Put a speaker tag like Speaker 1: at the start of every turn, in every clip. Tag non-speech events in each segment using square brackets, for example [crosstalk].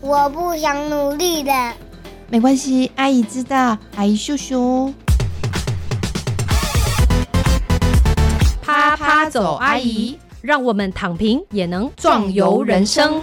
Speaker 1: 我不想努力了。
Speaker 2: 没关系，阿姨知道，阿姨秀秀。
Speaker 3: 啪啪走，阿姨，
Speaker 4: 让我们躺平也能
Speaker 3: 壮游人生。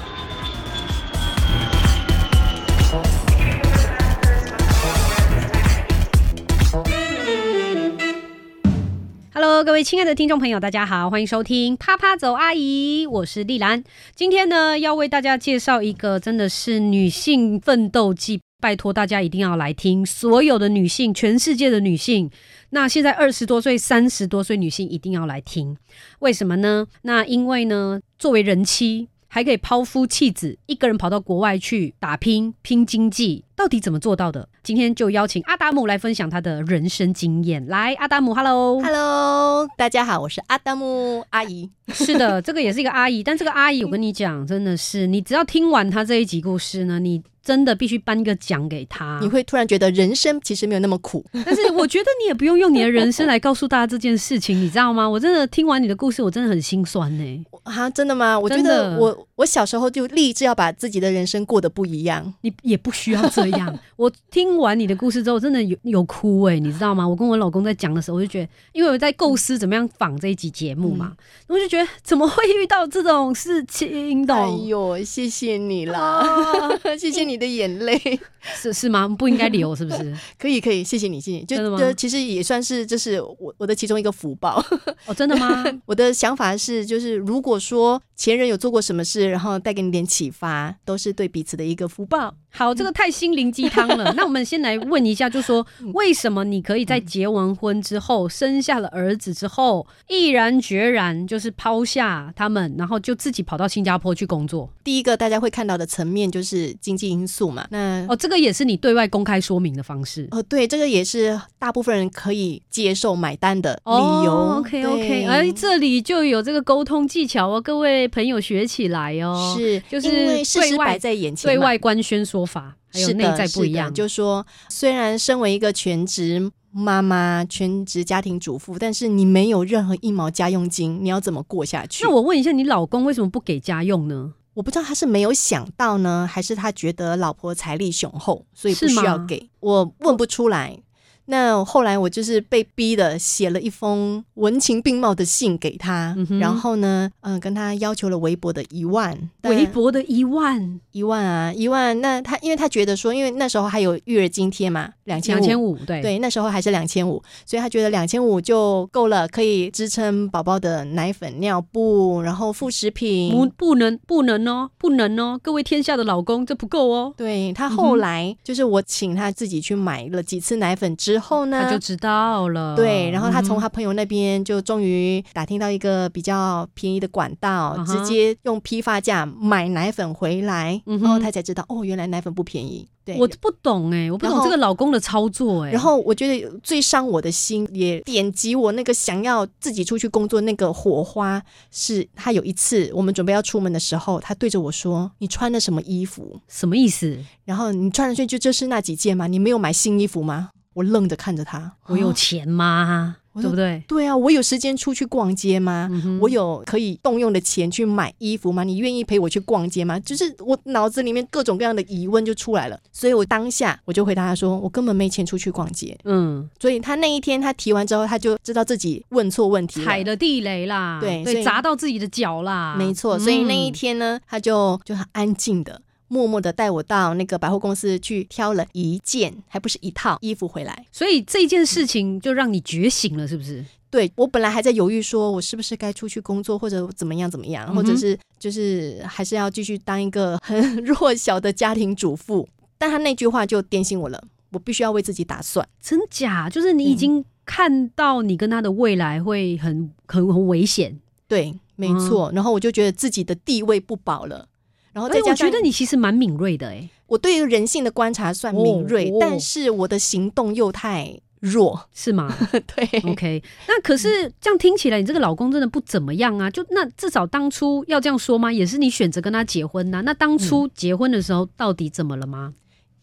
Speaker 4: Hello，各位亲爱的听众朋友，大家好，欢迎收听《啪啪走阿姨》，我是丽兰。今天呢，要为大家介绍一个真的是女性奋斗记，拜托大家一定要来听。所有的女性，全世界的女性，那现在二十多岁、三十多岁女性一定要来听，为什么呢？那因为呢，作为人妻。还可以抛夫弃子，一个人跑到国外去打拼拼经济，到底怎么做到的？今天就邀请阿达姆来分享他的人生经验。来，阿达姆，Hello，
Speaker 3: Hello，大家好，我是阿达姆阿姨。
Speaker 4: 是的，这个也是一个阿姨，但这个阿姨，我跟你讲，真的是，你只要听完她这一集故事呢，你真的必须颁一个奖给她
Speaker 3: 你。会突然觉得人生其实没有那么苦，
Speaker 4: 但是我觉得你也不用用你的人生来告诉大家这件事情，你知道吗？我真的听完你的故事，我真的很心酸呢、
Speaker 3: 啊，真的吗？我觉
Speaker 4: 真
Speaker 3: 得
Speaker 4: 的
Speaker 3: 我我小时候就立志要把自己的人生过得不一样。
Speaker 4: 你也不需要这样。
Speaker 3: [laughs]
Speaker 4: 我听完你的故事之后，真的有有哭哎、你知道吗？我跟我老公在讲的时候，我就觉得，因为我在构思怎么样仿这一集节目
Speaker 3: 嗯
Speaker 4: 嘛，我就觉得怎么会遇到这种事情，
Speaker 3: 哎
Speaker 4: 懂？
Speaker 3: 呦，谢谢你啦，
Speaker 4: 啊
Speaker 3: [laughs] 谢谢你的眼泪，
Speaker 4: 是是吗？不应该留是不
Speaker 3: [laughs]
Speaker 4: 是？
Speaker 3: 可以可以，谢谢你，谢谢你。就
Speaker 4: 真的吗
Speaker 3: 这其实也算是就是我我的其中一个福报。 [laughs]
Speaker 4: 哦，真的吗？
Speaker 3: 我的想法是，就是如果说前人有做过什么事，然后带给你点启发，都是对彼此的一个福报。
Speaker 4: 好，这个太心灵鸡汤
Speaker 3: [laughs]
Speaker 4: 了。那我们先来问一下，就说
Speaker 3: 嗯
Speaker 4: 为什么你可以在结完婚之后，生下了儿子之后，毅然决然就是抛下他们，然后就自己跑到新加坡去工作？
Speaker 3: 第一个大家会看到的层面就是经济因素嘛。那
Speaker 4: 哦，这个也是你对外公开说明的方式。
Speaker 3: 哦，对，这个也是大部分人可以接受买单的理
Speaker 4: 哦
Speaker 3: 由。
Speaker 4: OK OK，
Speaker 3: 对
Speaker 4: 哎，这里就有这个沟通技巧哦，各位朋友学起来哦。
Speaker 3: 是
Speaker 4: 就是
Speaker 3: 因为事
Speaker 4: 对
Speaker 3: 实
Speaker 4: 外
Speaker 3: 摆在眼前
Speaker 4: 对
Speaker 3: 嘛，
Speaker 4: 外官宣说法，还有
Speaker 3: 是
Speaker 4: 内
Speaker 3: 的
Speaker 4: 在
Speaker 3: 是
Speaker 4: 不一
Speaker 3: 的
Speaker 4: 样。
Speaker 3: 就说虽然身为一个全职妈妈、全职家庭主妇，但是你没有任何一毛家用金，你要怎么过下去？
Speaker 4: 那我问一下，你老公为什么不给家用呢？
Speaker 3: 我不知道他是没有想到呢，还是他觉得老婆财力雄厚，所以不
Speaker 4: 是
Speaker 3: 需
Speaker 4: 吗
Speaker 3: 要给。我问不出来。那后来我就是被逼的写了一封文情并茂的信给他，
Speaker 4: 嗯哼
Speaker 3: 然后呢，嗯、跟他要求了微薄的一万，但
Speaker 4: 微薄的一万
Speaker 3: 一万啊，一万。那他因为他觉得说，因为那时候还有育儿津贴嘛，两千
Speaker 4: 两千
Speaker 3: 五。
Speaker 4: 五，对
Speaker 3: 对，那时候还是两千五，所以他觉得两千五就够了，可以支撑宝宝的奶粉、尿布，然后副食品。
Speaker 4: 不不能不能哦，不能哦，各位天下的老公，这不够哦。
Speaker 3: 对他
Speaker 4: 嗯
Speaker 3: 后
Speaker 4: 哼
Speaker 3: 来、就是我请他自己去买了几次奶粉之后
Speaker 4: 他就
Speaker 3: 呢，
Speaker 4: 知道了。
Speaker 3: 对，然后他从
Speaker 4: 嗯哼
Speaker 3: 他朋友那边就终于打听到一个比较便宜的管道，
Speaker 4: 啊哈
Speaker 3: 直接用批发价买奶粉回来，
Speaker 4: 嗯哼
Speaker 3: 然后他才知道哦，原来奶粉不便宜。对，
Speaker 4: 我不懂哎、我不懂
Speaker 3: 然后
Speaker 4: 这个老公的操作哎、
Speaker 3: 然后我觉得最伤我的心，也点击我那个想要自己出去工作那个火花，是他有一次我们准备要出门的时候，他对着我说：“你穿的什么衣服？”
Speaker 4: 什么意思？
Speaker 3: 然后你穿上去就就是那几件吗？你没有买新衣服吗？我愣着看着他，
Speaker 4: 我有
Speaker 3: 啊
Speaker 4: 钱吗？
Speaker 3: 我
Speaker 4: 对
Speaker 3: 说
Speaker 4: 不对？
Speaker 3: 对啊，我有时间出去逛街吗？
Speaker 4: 嗯哼
Speaker 3: 我有可以动用的钱去买衣服吗？你愿意陪我去逛街吗？就是我脑子里面各种各样的疑问就出来了，所以我当下我就回答他说，我根本没钱出去逛街。
Speaker 4: 嗯，
Speaker 3: 所以他那一天他提完之后，他就知道自己问错问题了
Speaker 4: 踩了地雷啦，
Speaker 3: 对所
Speaker 4: 对，
Speaker 3: 以
Speaker 4: 砸到自己的脚啦，
Speaker 3: 没错，所以那一
Speaker 4: 嗯
Speaker 3: 天呢，他就就很安静的。默默的带我到那个百货公司去挑了一件，还不是一套衣服回来。
Speaker 4: 所以这件事情就让你觉醒了，是不是？
Speaker 3: 对我本来还在犹豫，说我是不是该出去工作，或者怎么样怎么样，或
Speaker 4: 嗯
Speaker 3: 者
Speaker 4: 哼
Speaker 3: 是就是还是要继续当一个很 [laughs] 弱小的家庭主妇。但他那句话就点醒我了，我必须要为自己打算。
Speaker 4: 真假？就是你已
Speaker 3: 嗯
Speaker 4: 经看到你跟他的未来会很很很危险，
Speaker 3: 对，没
Speaker 4: 嗯
Speaker 3: 错。然后我就觉得自己的地位不保了。然后
Speaker 4: 而
Speaker 3: 哦再
Speaker 4: 且
Speaker 3: 加
Speaker 4: 哎我
Speaker 3: 上，
Speaker 4: 觉得你其实蛮敏锐的哎、
Speaker 3: 我对于人性的观察算敏锐，
Speaker 4: 哦哦
Speaker 3: 但是我的行动又太弱。 [laughs]
Speaker 4: 是吗
Speaker 3: 对，
Speaker 4: ？OK，那可
Speaker 3: 嗯
Speaker 4: 是这样听起来，你这个老公真的不怎么样啊？就那至少当初啊
Speaker 3: 嗯
Speaker 4: 要这样说吗？也是你选择跟他结婚呐、那当初结婚的时候到底怎么了吗？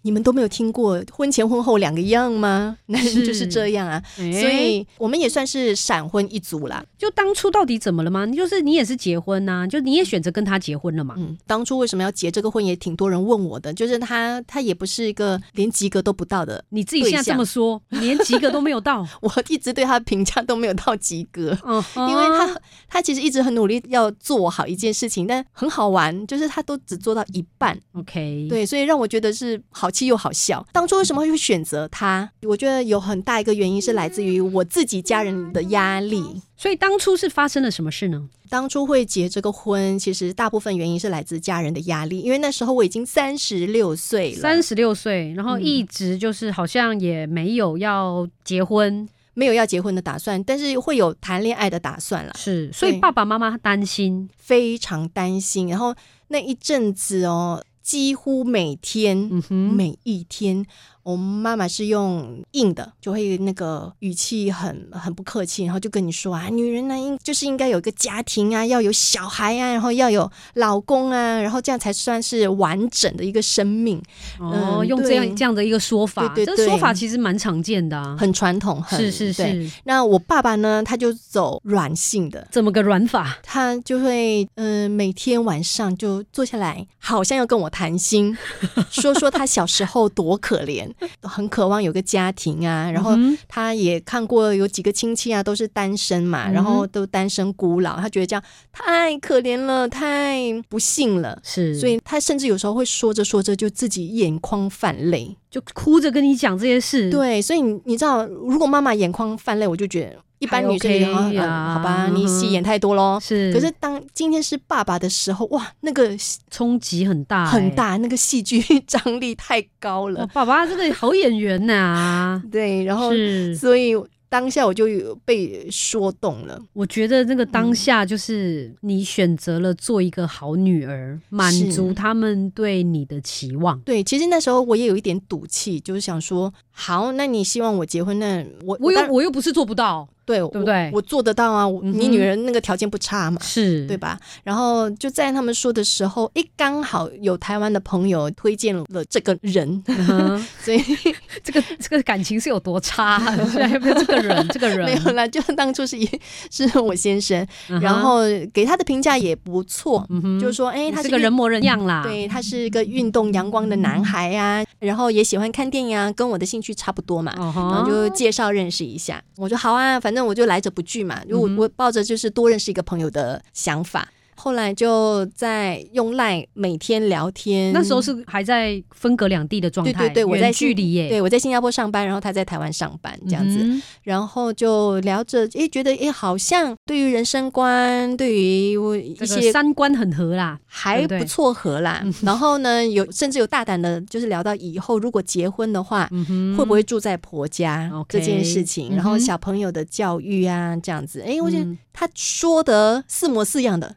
Speaker 3: 你们都没有听过婚前婚后两个样吗？ [laughs] 男人
Speaker 4: 是
Speaker 3: 就是这样啊，所
Speaker 4: 所
Speaker 3: 以我们也算是闪婚一族啦。
Speaker 4: 就当初到底怎么了吗？你就是你也是结婚呐、就你也选择跟他结婚了嘛？
Speaker 3: 嗯，当初为什么要结这个婚，也挺多人问我的，就是他他也不是一个连及格都不到的， [laughs]
Speaker 4: 你自己现在这么说，连及格都没有到，
Speaker 3: 我一直对他评价都没有到及格。
Speaker 4: 嗯，
Speaker 3: [laughs] 因为他他其实一直很努力要做好一件事情，但很好玩，就是他都只做到一半，
Speaker 4: OK，，
Speaker 3: 对，所以让我觉得是好气又好笑。当初为什么会选择他？我觉得有很大一个原因是来自于我自己家人的压力。
Speaker 4: 所以当初是发生了什么事呢？
Speaker 3: 当初会结这个婚，其实大部分原因是来自家人的压力，因为那时候我已经三十六岁了，
Speaker 4: 三十六岁，然后一直就是好像也没有要结婚，
Speaker 3: 没有要结婚的打算，但是会有谈恋爱的打算啦，
Speaker 4: 是，所以
Speaker 3: 对
Speaker 4: 爸爸妈妈担心，
Speaker 3: 非常担心。然后那一阵子哦，几乎每天，
Speaker 4: 嗯哼，
Speaker 3: 每一天，我妈妈是用硬的，就会那个语气很很不客气，然后就跟你说啊，女人呢、应就是应该有一个家庭啊，要有小孩啊，然后要有老公啊，然后这样才算是完整的一个生命，
Speaker 4: 哦，
Speaker 3: 嗯
Speaker 4: 用这样
Speaker 3: 对
Speaker 4: 这样的一个说法，
Speaker 3: 对对
Speaker 4: 这
Speaker 3: 对
Speaker 4: 说法其实蛮常见的啊，
Speaker 3: 很传统，很
Speaker 4: 是是
Speaker 3: 对
Speaker 4: 是，
Speaker 3: 那我爸爸呢，他就走软性的，
Speaker 4: 怎么个软法？
Speaker 3: 他就会嗯、呃每天晚上就坐下来，好像要跟我谈
Speaker 4: [laughs]
Speaker 3: 心，说说他小时候多可怜，很渴望有个家庭啊。然后
Speaker 4: 嗯哼
Speaker 3: 他也看过有几个亲戚啊，都是单身嘛，
Speaker 4: 嗯
Speaker 3: 然后都单身孤老，他觉得这样太可怜了，太不幸了。
Speaker 4: 是，
Speaker 3: 所以他甚至有时候会说着说着就自己眼眶泛泪。
Speaker 4: 就哭着跟你讲这些事，，
Speaker 3: 对，所以你你知道，如果妈妈眼眶泛泪，我就觉得一般
Speaker 4: 还
Speaker 3: 女生
Speaker 4: OK
Speaker 3: 觉得啊嗯
Speaker 4: 呀
Speaker 3: 好吧，你戏演太多喽。
Speaker 4: 是，
Speaker 3: 哦可是当今天是爸爸的时候，哇，那个
Speaker 4: 哎冲击很大、
Speaker 3: 很
Speaker 4: 欸。
Speaker 3: 大，那个戏剧张力太高
Speaker 4: 哇
Speaker 3: 了。
Speaker 4: 爸爸真的好演员呐、
Speaker 3: 对， [laughs] 然后
Speaker 4: 哦是，
Speaker 3: 所以当下我就有被说动了，
Speaker 4: 我觉得那个当下
Speaker 3: 嗯
Speaker 4: 就是你选择了做一个好女儿，满
Speaker 3: 是
Speaker 4: 足他们对你的期望。
Speaker 3: 对，其实那时候我也有一点赌气，就是想说，好，那你希望我结婚，那我
Speaker 4: 我
Speaker 3: 当
Speaker 4: 又
Speaker 3: 然
Speaker 4: 我又不是做不到，
Speaker 3: 对
Speaker 4: 对不对
Speaker 3: 我？我做得到啊，我
Speaker 4: 嗯哼
Speaker 3: 你女人那个条件不差嘛，
Speaker 4: 是
Speaker 3: 对？吧？然后就在他们说的时候，诶，刚好有台湾的朋友推荐了这个人， [laughs]
Speaker 4: 嗯哼
Speaker 3: 所以
Speaker 4: 这个这个感情是有多差？ [laughs] 居然还没有这个人，这个
Speaker 3: [laughs]
Speaker 4: 人
Speaker 3: 没有啦，就当初是一 [laughs] 是我先生，
Speaker 4: 嗯哼
Speaker 3: 然后给他的评价也不错，
Speaker 4: 嗯哼
Speaker 3: 就是说，诶，他
Speaker 4: 是
Speaker 3: 是
Speaker 4: 个
Speaker 3: 运
Speaker 4: 人啊模人样啦。
Speaker 3: 对他是个运动阳光的男孩呀、然后也喜欢看电影啊，跟我的兴趣差不多嘛。
Speaker 4: 哦
Speaker 3: 然后
Speaker 4: 吼，
Speaker 3: 就介绍认识一下，我说好啊，反正我就来者不拒嘛，就我
Speaker 4: 嗯哼
Speaker 3: 我抱着就是多认识一个朋友的想法，后来就在用赖每天聊天。
Speaker 4: 那时候是还在分隔两地的状态，
Speaker 3: 对对对我
Speaker 4: 远
Speaker 3: 在
Speaker 4: 距离耶，
Speaker 3: 对我在新加坡上班，然后他在台湾上班这样子，
Speaker 4: 嗯哼
Speaker 3: 然后就聊着，诶，觉得诶，好像对于人生观，对于我一
Speaker 4: 这
Speaker 3: 些
Speaker 4: 个三观很合啦。
Speaker 3: 还不错合啦。
Speaker 4: 嗯
Speaker 3: [laughs] 然后呢，有甚至有大胆的，就是聊到以后如果结婚的话，
Speaker 4: 嗯哼，
Speaker 3: 会不会住在婆家
Speaker 4: OK，
Speaker 3: 这件事情，然
Speaker 4: 嗯
Speaker 3: 后
Speaker 4: 哼
Speaker 3: 小朋友的教育啊，这样子。诶，我觉得
Speaker 4: 嗯
Speaker 3: 他说的似模似样的。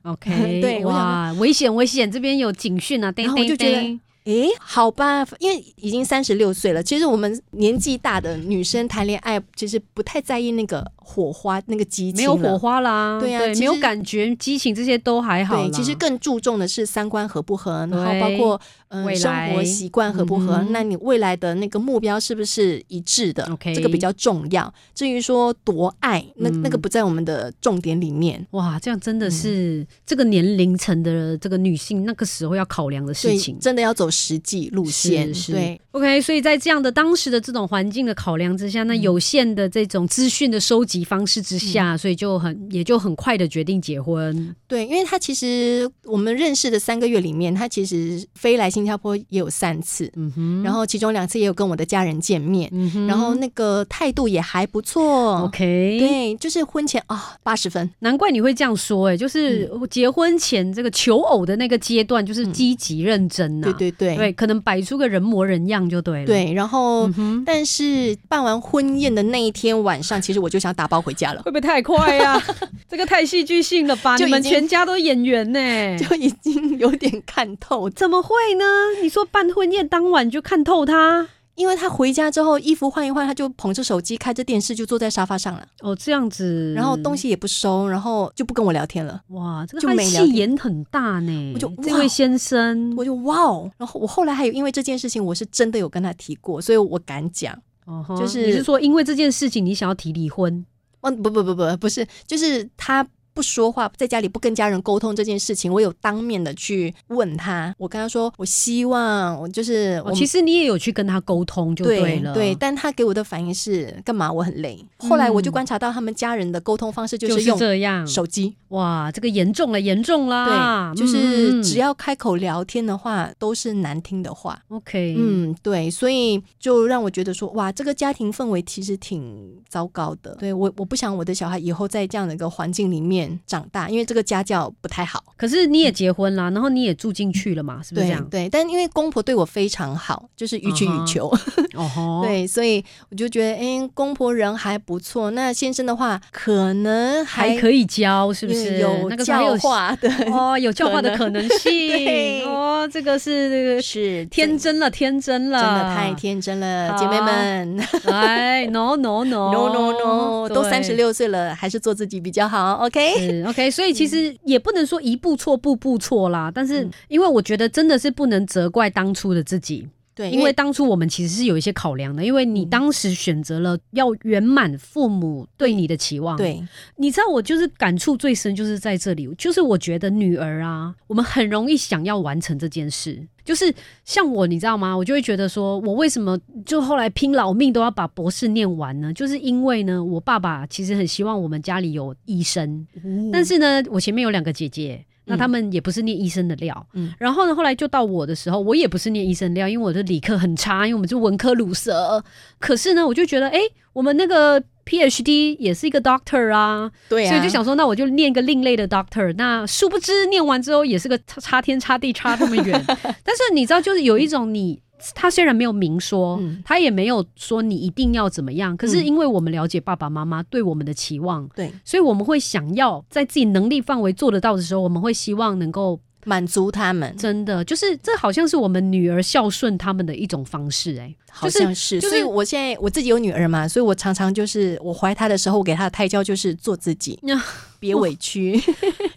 Speaker 3: [laughs]
Speaker 4: OK，
Speaker 3: 对我想
Speaker 4: 哇，危险危险，这边有警讯啊，叮
Speaker 3: 然后我就
Speaker 4: 叮
Speaker 3: 觉得
Speaker 4: 叮
Speaker 3: 诶，好吧，因为已经三十六岁了，其实我们年纪大的女生谈恋爱，其实不太在意那个火花、那个激情，
Speaker 4: 没有火。花啦，
Speaker 3: 对啊其实
Speaker 4: 没有感觉、激情这些都还好
Speaker 3: 对，
Speaker 4: 啦。
Speaker 3: 其实更注重的是三观合不合，然后
Speaker 4: 对
Speaker 3: 包括
Speaker 4: 未
Speaker 3: 嗯生
Speaker 4: 来
Speaker 3: 活习惯合不合、
Speaker 4: 嗯哼
Speaker 3: 那你未来的那个目标是不是一致的
Speaker 4: OK
Speaker 3: 这个比较重要。至于说多爱，那、
Speaker 4: 嗯
Speaker 3: 那个不在我们的重点里面。
Speaker 4: 哇，这样真
Speaker 3: 嗯
Speaker 4: 的是这个年龄层的这个女性那个时候要考量的
Speaker 3: 所
Speaker 4: 事
Speaker 3: 以
Speaker 4: 情。
Speaker 3: 真的要走实际路线，
Speaker 4: 是
Speaker 3: 对，
Speaker 4: OK，所以在这样的当时的这种环境的考量之下，那
Speaker 3: 嗯
Speaker 4: 有限的这种资讯的收集方式之下，所以就很也就很快的决定结婚。
Speaker 3: 对，因为他其实我们认识的三个月里面，他其实飞来新加坡也有三次，
Speaker 4: 嗯哼，
Speaker 3: 然后其中两次也有跟我的家人见面，
Speaker 4: 嗯哼，
Speaker 3: 然后那个态度也还不错
Speaker 4: OK，
Speaker 3: 对，就是婚前啊八十分，
Speaker 4: 难怪你会这样说、哎，就是结婚前这个求偶的那个阶段，就是
Speaker 3: 嗯
Speaker 4: 积极认真呐、啊
Speaker 3: 对对对
Speaker 4: 对，可能摆出个人模人样就对了。，
Speaker 3: 对，然后、
Speaker 4: 嗯哼，
Speaker 3: 但是办完婚宴的那一天晚上，其实我就想打包回家了，
Speaker 4: 会不会太快呀、
Speaker 3: [laughs]
Speaker 4: 这个太戏剧性了吧？
Speaker 3: 就
Speaker 4: 你
Speaker 3: 已经
Speaker 4: 们全家都演员呢、
Speaker 3: [laughs] 就已经有点看透，
Speaker 4: 怎么会呢？你说办婚宴当晚就看透他，
Speaker 3: 因为他回家之后衣服换一换，他就捧着手机开着电视就坐在沙发上了，
Speaker 4: 哦，这样子，
Speaker 3: 然后东西也不收，然后就不跟我聊天了。
Speaker 4: 哇，这个
Speaker 3: 就
Speaker 4: 他
Speaker 3: 没聊
Speaker 4: 戏
Speaker 3: 天
Speaker 4: 演很大呢。
Speaker 3: 我就
Speaker 4: 这
Speaker 3: 哇
Speaker 4: 位先生，
Speaker 3: 我就哇哦！然后我后来还有因为这件事情，我是真的有跟他提过，所以我敢讲。
Speaker 4: 哦吼
Speaker 3: 就是
Speaker 4: 你是说因为这件事情你想要提离婚？
Speaker 3: 哦，不不不不，不是，就是他不说话，在家里不跟家人沟通这件事情，我有当面的去问他。我跟他说，我希望我就是我、
Speaker 4: 哦，其实你也有去跟他沟通就
Speaker 3: 对
Speaker 4: 了，
Speaker 3: 对，但他给我的反应是干嘛？我很累。后来我就观察到他们家人的沟通方式就
Speaker 4: 嗯就是
Speaker 3: 用
Speaker 4: 这样。
Speaker 3: 手机，
Speaker 4: 哇，这个严重了，严重啦！
Speaker 3: 对，就
Speaker 4: 嗯嗯
Speaker 3: 是
Speaker 4: 嗯
Speaker 3: 只要开口聊天的话都是难听的话。
Speaker 4: OK，嗯，
Speaker 3: 嗯，对，所以就让我觉得说，哇，这个家庭氛围其实挺糟糕的。对我，我不想我的小孩以后在这样的一个环境里面长大，因为这个家教不太好。
Speaker 4: 可是你也结婚啦，然后你也住进去了嘛，是不是
Speaker 3: 对
Speaker 4: 这样？
Speaker 3: 对，但因为公婆对我非常好，就是予取
Speaker 4: 嗯哼
Speaker 3: 予求，
Speaker 4: 哦
Speaker 3: [laughs]
Speaker 4: 吼，
Speaker 3: 对，所以我就觉得，哎，公婆人还不错。那先生的话，可能还
Speaker 4: 还可以教，是不
Speaker 3: 因为
Speaker 4: 是？
Speaker 3: 有
Speaker 4: 那个时候还
Speaker 3: 教
Speaker 4: 有
Speaker 3: 化的，
Speaker 4: [laughs] 哦，有教化的可能
Speaker 3: [laughs]
Speaker 4: 性
Speaker 3: 对
Speaker 4: 哦，这个是这个
Speaker 3: 是
Speaker 4: 天
Speaker 3: 真，
Speaker 4: 真了，天真了，
Speaker 3: 真的太天真了，姐妹
Speaker 4: 好 [laughs]
Speaker 3: 们
Speaker 4: 哎，no no
Speaker 3: ，no
Speaker 4: no
Speaker 3: no no，都
Speaker 4: 哦对
Speaker 3: 三十。六岁了，还是做自己比较好，OK。
Speaker 4: 是 OK，所以其实
Speaker 3: 嗯
Speaker 4: 也不能说一步错步步错啦，但是因为我觉得真的是不能责怪当初的自己，
Speaker 3: 对，
Speaker 4: 因为当初我们其实是有一些考量的，因为
Speaker 3: 嗯
Speaker 4: 你当时选择了要圆满父母对你的期望。，
Speaker 3: 对
Speaker 4: 你知道我就是感触最深就是在这里，就是我觉得女儿啊，我们很容易想要完成这件事。就是像我，你知道吗？我就会觉得说，我为什么就后来拼老命都要把博士念完呢？就是因为呢，我爸爸其实很希望我们家里有医生，
Speaker 3: 嗯
Speaker 4: 但是呢，我前面有两个姐姐，那她们也不是念医生的料。
Speaker 3: 嗯
Speaker 4: 然后呢，后来就到我的时候，我也不是念医生料，因为我的理科很差，因为我们是文科鲁蛇。可是呢，我就觉得，哎，我们那个 PhD 也是一个 doctor 啊，
Speaker 3: 对啊，
Speaker 4: 所以就想说，那我就念个另类的 doctor。那殊不知念完之后也是个差差天差地差这么 [laughs] 远。但是你知道，就是有一种你。他虽然没有明说，
Speaker 3: 嗯
Speaker 4: 他也没有说你一定要怎么样，可是
Speaker 3: 嗯
Speaker 4: 因为我们了解爸爸妈妈对我们的期望，
Speaker 3: 对
Speaker 4: 所以我们会想要在自己能力范围做得到的时候，我们会希望能够
Speaker 3: 满足他们，
Speaker 4: 真的，就是这好像是我们女儿孝顺他们的一种方式、欸，
Speaker 3: 好像是。
Speaker 4: 就是
Speaker 3: 所以我现在我自己有女儿嘛，所以我常常就是我怀她的时候，我给她的胎教就是做自
Speaker 4: [laughs]
Speaker 3: 己，
Speaker 4: 呀
Speaker 3: 别委屈。。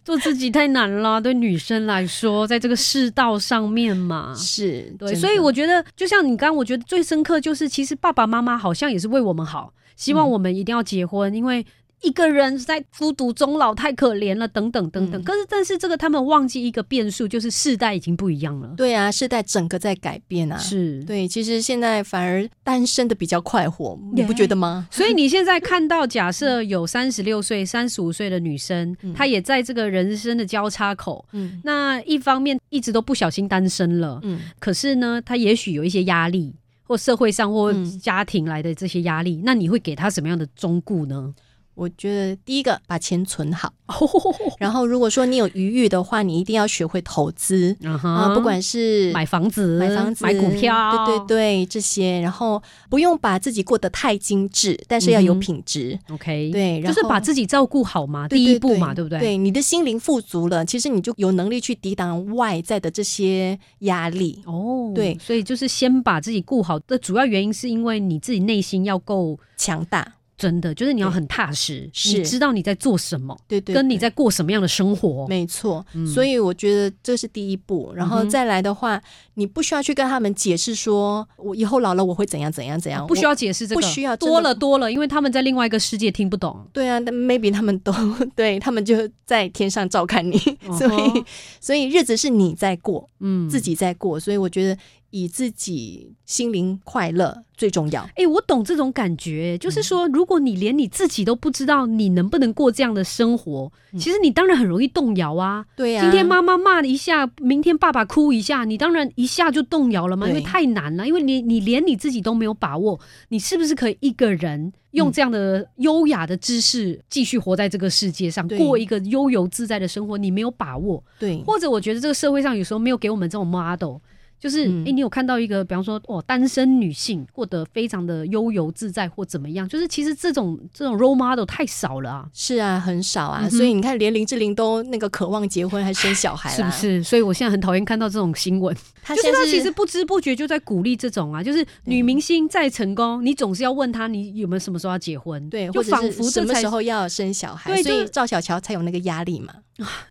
Speaker 4: 做自己太难了，对女生来说，在这个世道上面嘛
Speaker 3: 是，
Speaker 4: 哦对，
Speaker 3: 真
Speaker 4: 所以
Speaker 3: 的
Speaker 4: 我觉得，就像你刚，我觉得最深刻就是，其实爸爸妈妈好像也是为我们好，希望
Speaker 3: 嗯
Speaker 4: 我们一定要结婚，因为一个人在孤独终老太可怜了，等等等等。
Speaker 3: 嗯
Speaker 4: 可是，但是这个他们忘记一个变数，就是世代已经不一样了。
Speaker 3: 对啊，世代整个在改变啊。
Speaker 4: 是，
Speaker 3: 对，其实现在反而单身的比较快活，你不觉得吗？
Speaker 4: 所以你现
Speaker 3: [laughs]
Speaker 4: 在看到，假设有三十六岁、三十五岁的女生，
Speaker 3: 嗯
Speaker 4: 她也在这个人生的交叉口。
Speaker 3: 嗯
Speaker 4: 那一方面一直都不小心单身了，
Speaker 3: 嗯，
Speaker 4: 可是呢，她也许有一些压力，或社会上或
Speaker 3: 嗯
Speaker 4: 家庭来的这些压力，那你会给她什么样的忠
Speaker 3: [laughs]
Speaker 4: 固呢？
Speaker 3: 我觉得第一个把钱存好，
Speaker 4: 哦，
Speaker 3: 然后如果说你有余裕的话，你一定要学会投资啊、不管是
Speaker 4: 买房子、
Speaker 3: 买房子、
Speaker 4: 买股票，
Speaker 3: 对对对，这些，然后不用把自己过得太精致，但是要有
Speaker 4: 嗯哼
Speaker 3: 品质。
Speaker 4: 对，OK，
Speaker 3: 对然
Speaker 4: 就
Speaker 3: 后
Speaker 4: 是把自己照顾好嘛，
Speaker 3: 对
Speaker 4: 第一步嘛，对
Speaker 3: 对
Speaker 4: 不对？
Speaker 3: 对，你的心灵富足了，其实你就有能力去抵挡外在的这些压力。
Speaker 4: 哦，
Speaker 3: 对
Speaker 4: 所以就是先把自己顾好的主要原因，是因为你自己内心要够
Speaker 3: 强大，
Speaker 4: 真的，就是你要很踏实，
Speaker 3: 是
Speaker 4: 你知道你在做什么，
Speaker 3: 对对
Speaker 4: 跟你
Speaker 3: 对
Speaker 4: 在过什么样的生活。
Speaker 3: 没错，
Speaker 4: 嗯
Speaker 3: 所以我觉得这是第一步，然后
Speaker 4: 嗯哼
Speaker 3: 再来的话，你不需要去跟他们解释说，我以后老了我会怎样怎样怎样，
Speaker 4: 哦不需要
Speaker 3: 我。
Speaker 4: 解释这个，
Speaker 3: 不需要真的
Speaker 4: 多了多了，因为他们在另外一个世界听不懂。
Speaker 3: 对啊，但 maybe 他们都 [laughs] 对他们就在天上照看你， [laughs] 所
Speaker 4: 嗯
Speaker 3: 以
Speaker 4: 哼
Speaker 3: 所以日子是你在过，
Speaker 4: 嗯
Speaker 3: 自。己在过，所以我觉得以自己心灵快乐最重要。
Speaker 4: 哎、我懂这种感觉，
Speaker 3: 嗯
Speaker 4: 就是说，如果你连你自己都不知道你能不能过这样的生活，
Speaker 3: 嗯
Speaker 4: 其实你当然很容易动摇啊。
Speaker 3: 对呀、
Speaker 4: 今天妈妈骂一下，明天爸爸哭一下，你当然一下就动摇了嘛，
Speaker 3: 对
Speaker 4: 因为太难了，因为你你连你自己都没有把握，你是不是可以一个人用
Speaker 3: 嗯
Speaker 4: 这样的优雅的知识继续活在这个世界上，
Speaker 3: 对
Speaker 4: 过一个悠游自在的生活？你没有把握，
Speaker 3: 对
Speaker 4: 或者我觉得这个社会上有时候没有给我们这种 model。就是，哎、
Speaker 3: 嗯
Speaker 4: 你有看到一个，比方说，哦，单身女性过得非常的悠游自在，或怎么样？就是其实这种这种 role model 太少了啊，
Speaker 3: 是啊，很少啊，
Speaker 4: 嗯哼
Speaker 3: 所以你看，连林志玲都那个渴望结婚还生小孩
Speaker 4: 是
Speaker 3: 啦，
Speaker 4: 不？是？所以我现在很讨厌看到这种新闻，
Speaker 3: 她
Speaker 4: 就是
Speaker 3: 现
Speaker 4: 他
Speaker 3: 在是
Speaker 4: 其实不知不觉就在鼓励这种啊，就是女明星再成功，你总是要问她你有没有什么时候要结婚，
Speaker 3: 对，
Speaker 4: 就
Speaker 3: 或者
Speaker 4: 仿
Speaker 3: 是
Speaker 4: 佛
Speaker 3: 什
Speaker 4: 这
Speaker 3: 么
Speaker 4: 才
Speaker 3: 时候要生小孩，
Speaker 4: 对
Speaker 3: 所
Speaker 4: 就
Speaker 3: 以
Speaker 4: 是
Speaker 3: 赵小乔才有那个压力嘛。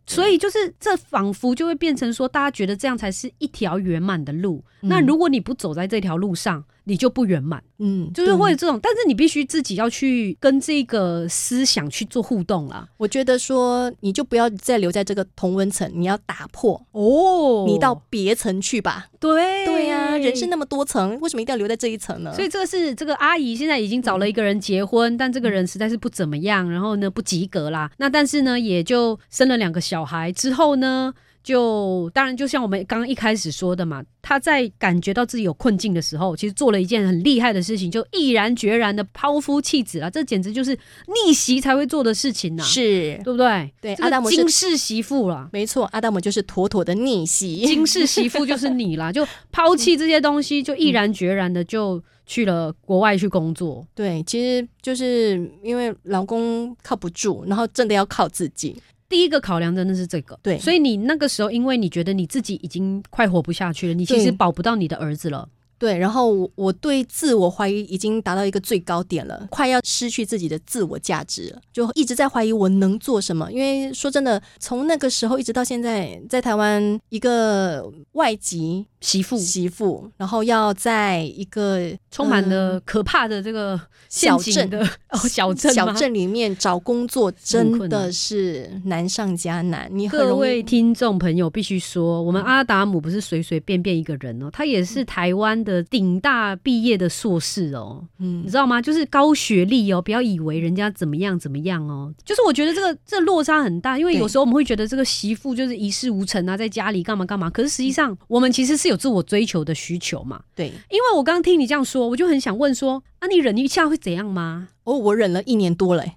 Speaker 4: 所以就是这仿佛就会变成说，大家觉得这样才是一条圆满的路。
Speaker 3: 嗯
Speaker 4: 那如果你不走在这条路上，你就不圆满，
Speaker 3: 嗯，
Speaker 4: 就是
Speaker 3: 对
Speaker 4: 会有这种。但是你必须自己要去跟这个思想去做互动啦。
Speaker 3: 我觉得说，你就不要再留在这个同温层，你要打破，
Speaker 4: 哦
Speaker 3: 你到别层去吧。
Speaker 4: 对啊
Speaker 3: 对呃呀、人生那么多层，为什么一定要留在这一层呢？
Speaker 4: 所以这个是这个阿姨现在已经找了一个人结婚，但这个人实在是不怎么样，然后呢不及格啦。那但是呢也就生了两个小孩之后呢，就当然就像我们刚刚一开始说的嘛，她在感觉到自己有困境的时候，其实做了一件很厉害的事情，就毅然决然的抛夫弃子啊，这简直就是逆袭才会做的事情呐、
Speaker 3: 是
Speaker 4: 对不对？
Speaker 3: 对
Speaker 4: 这
Speaker 3: 哎阿
Speaker 4: 个
Speaker 3: 达摩是
Speaker 4: 金氏媳妇啦。
Speaker 3: [laughs] 没错，阿达姆就是妥妥的逆袭。
Speaker 4: 金氏媳妇就是你啦，就抛弃这些东西，就毅
Speaker 3: 嗯
Speaker 4: 然决然的就去了国外去工作。
Speaker 3: 对，其实就是因为老公靠不住，然后真的要靠自己。
Speaker 4: 第一个考量真的是这个，
Speaker 3: 对
Speaker 4: 所以你那个时候，因为你觉得你自己已经快活不下去了，你其
Speaker 3: 对
Speaker 4: 实保不到你的儿子了，
Speaker 3: 对，然后我我对自我怀疑已经达到一个最高点了，快要失去自己的自我价值了，就一直在怀疑我能做什么。因为说真的，从那个时候一直到现在，在台湾一个外籍
Speaker 4: 媳妇
Speaker 3: 媳妇，然后要在一个
Speaker 4: 充满
Speaker 3: 呃
Speaker 4: 了可怕的这个陷
Speaker 3: 小
Speaker 4: 阱
Speaker 3: 镇
Speaker 4: 的哦小镇
Speaker 3: 小
Speaker 4: 吗。
Speaker 3: 镇里面找工作真
Speaker 4: 困难
Speaker 3: 的是难上加难，你很
Speaker 4: 各
Speaker 3: 容
Speaker 4: 位
Speaker 3: 易
Speaker 4: 听众朋友，必须说，我们阿达姆不是随随便便一个人哦，他也
Speaker 3: 嗯
Speaker 4: 是台湾的顶大毕业的硕士哦，你
Speaker 3: 嗯
Speaker 4: 知道吗？就是高学历哦，不要以为人家怎么样怎么样哦。就是我觉得这个这落差很大，因为
Speaker 3: 对
Speaker 4: 有时候我们会觉得这个媳妇就是一事无成啊，在家里干嘛干嘛。可是实际
Speaker 3: 嗯
Speaker 4: 上，我们其实是有自我追求的需求嘛。
Speaker 3: 对
Speaker 4: 因为我刚刚听你这样说，我就很想问说，啊，你忍一下会怎样吗？
Speaker 3: 哦，我忍了一年多了，欸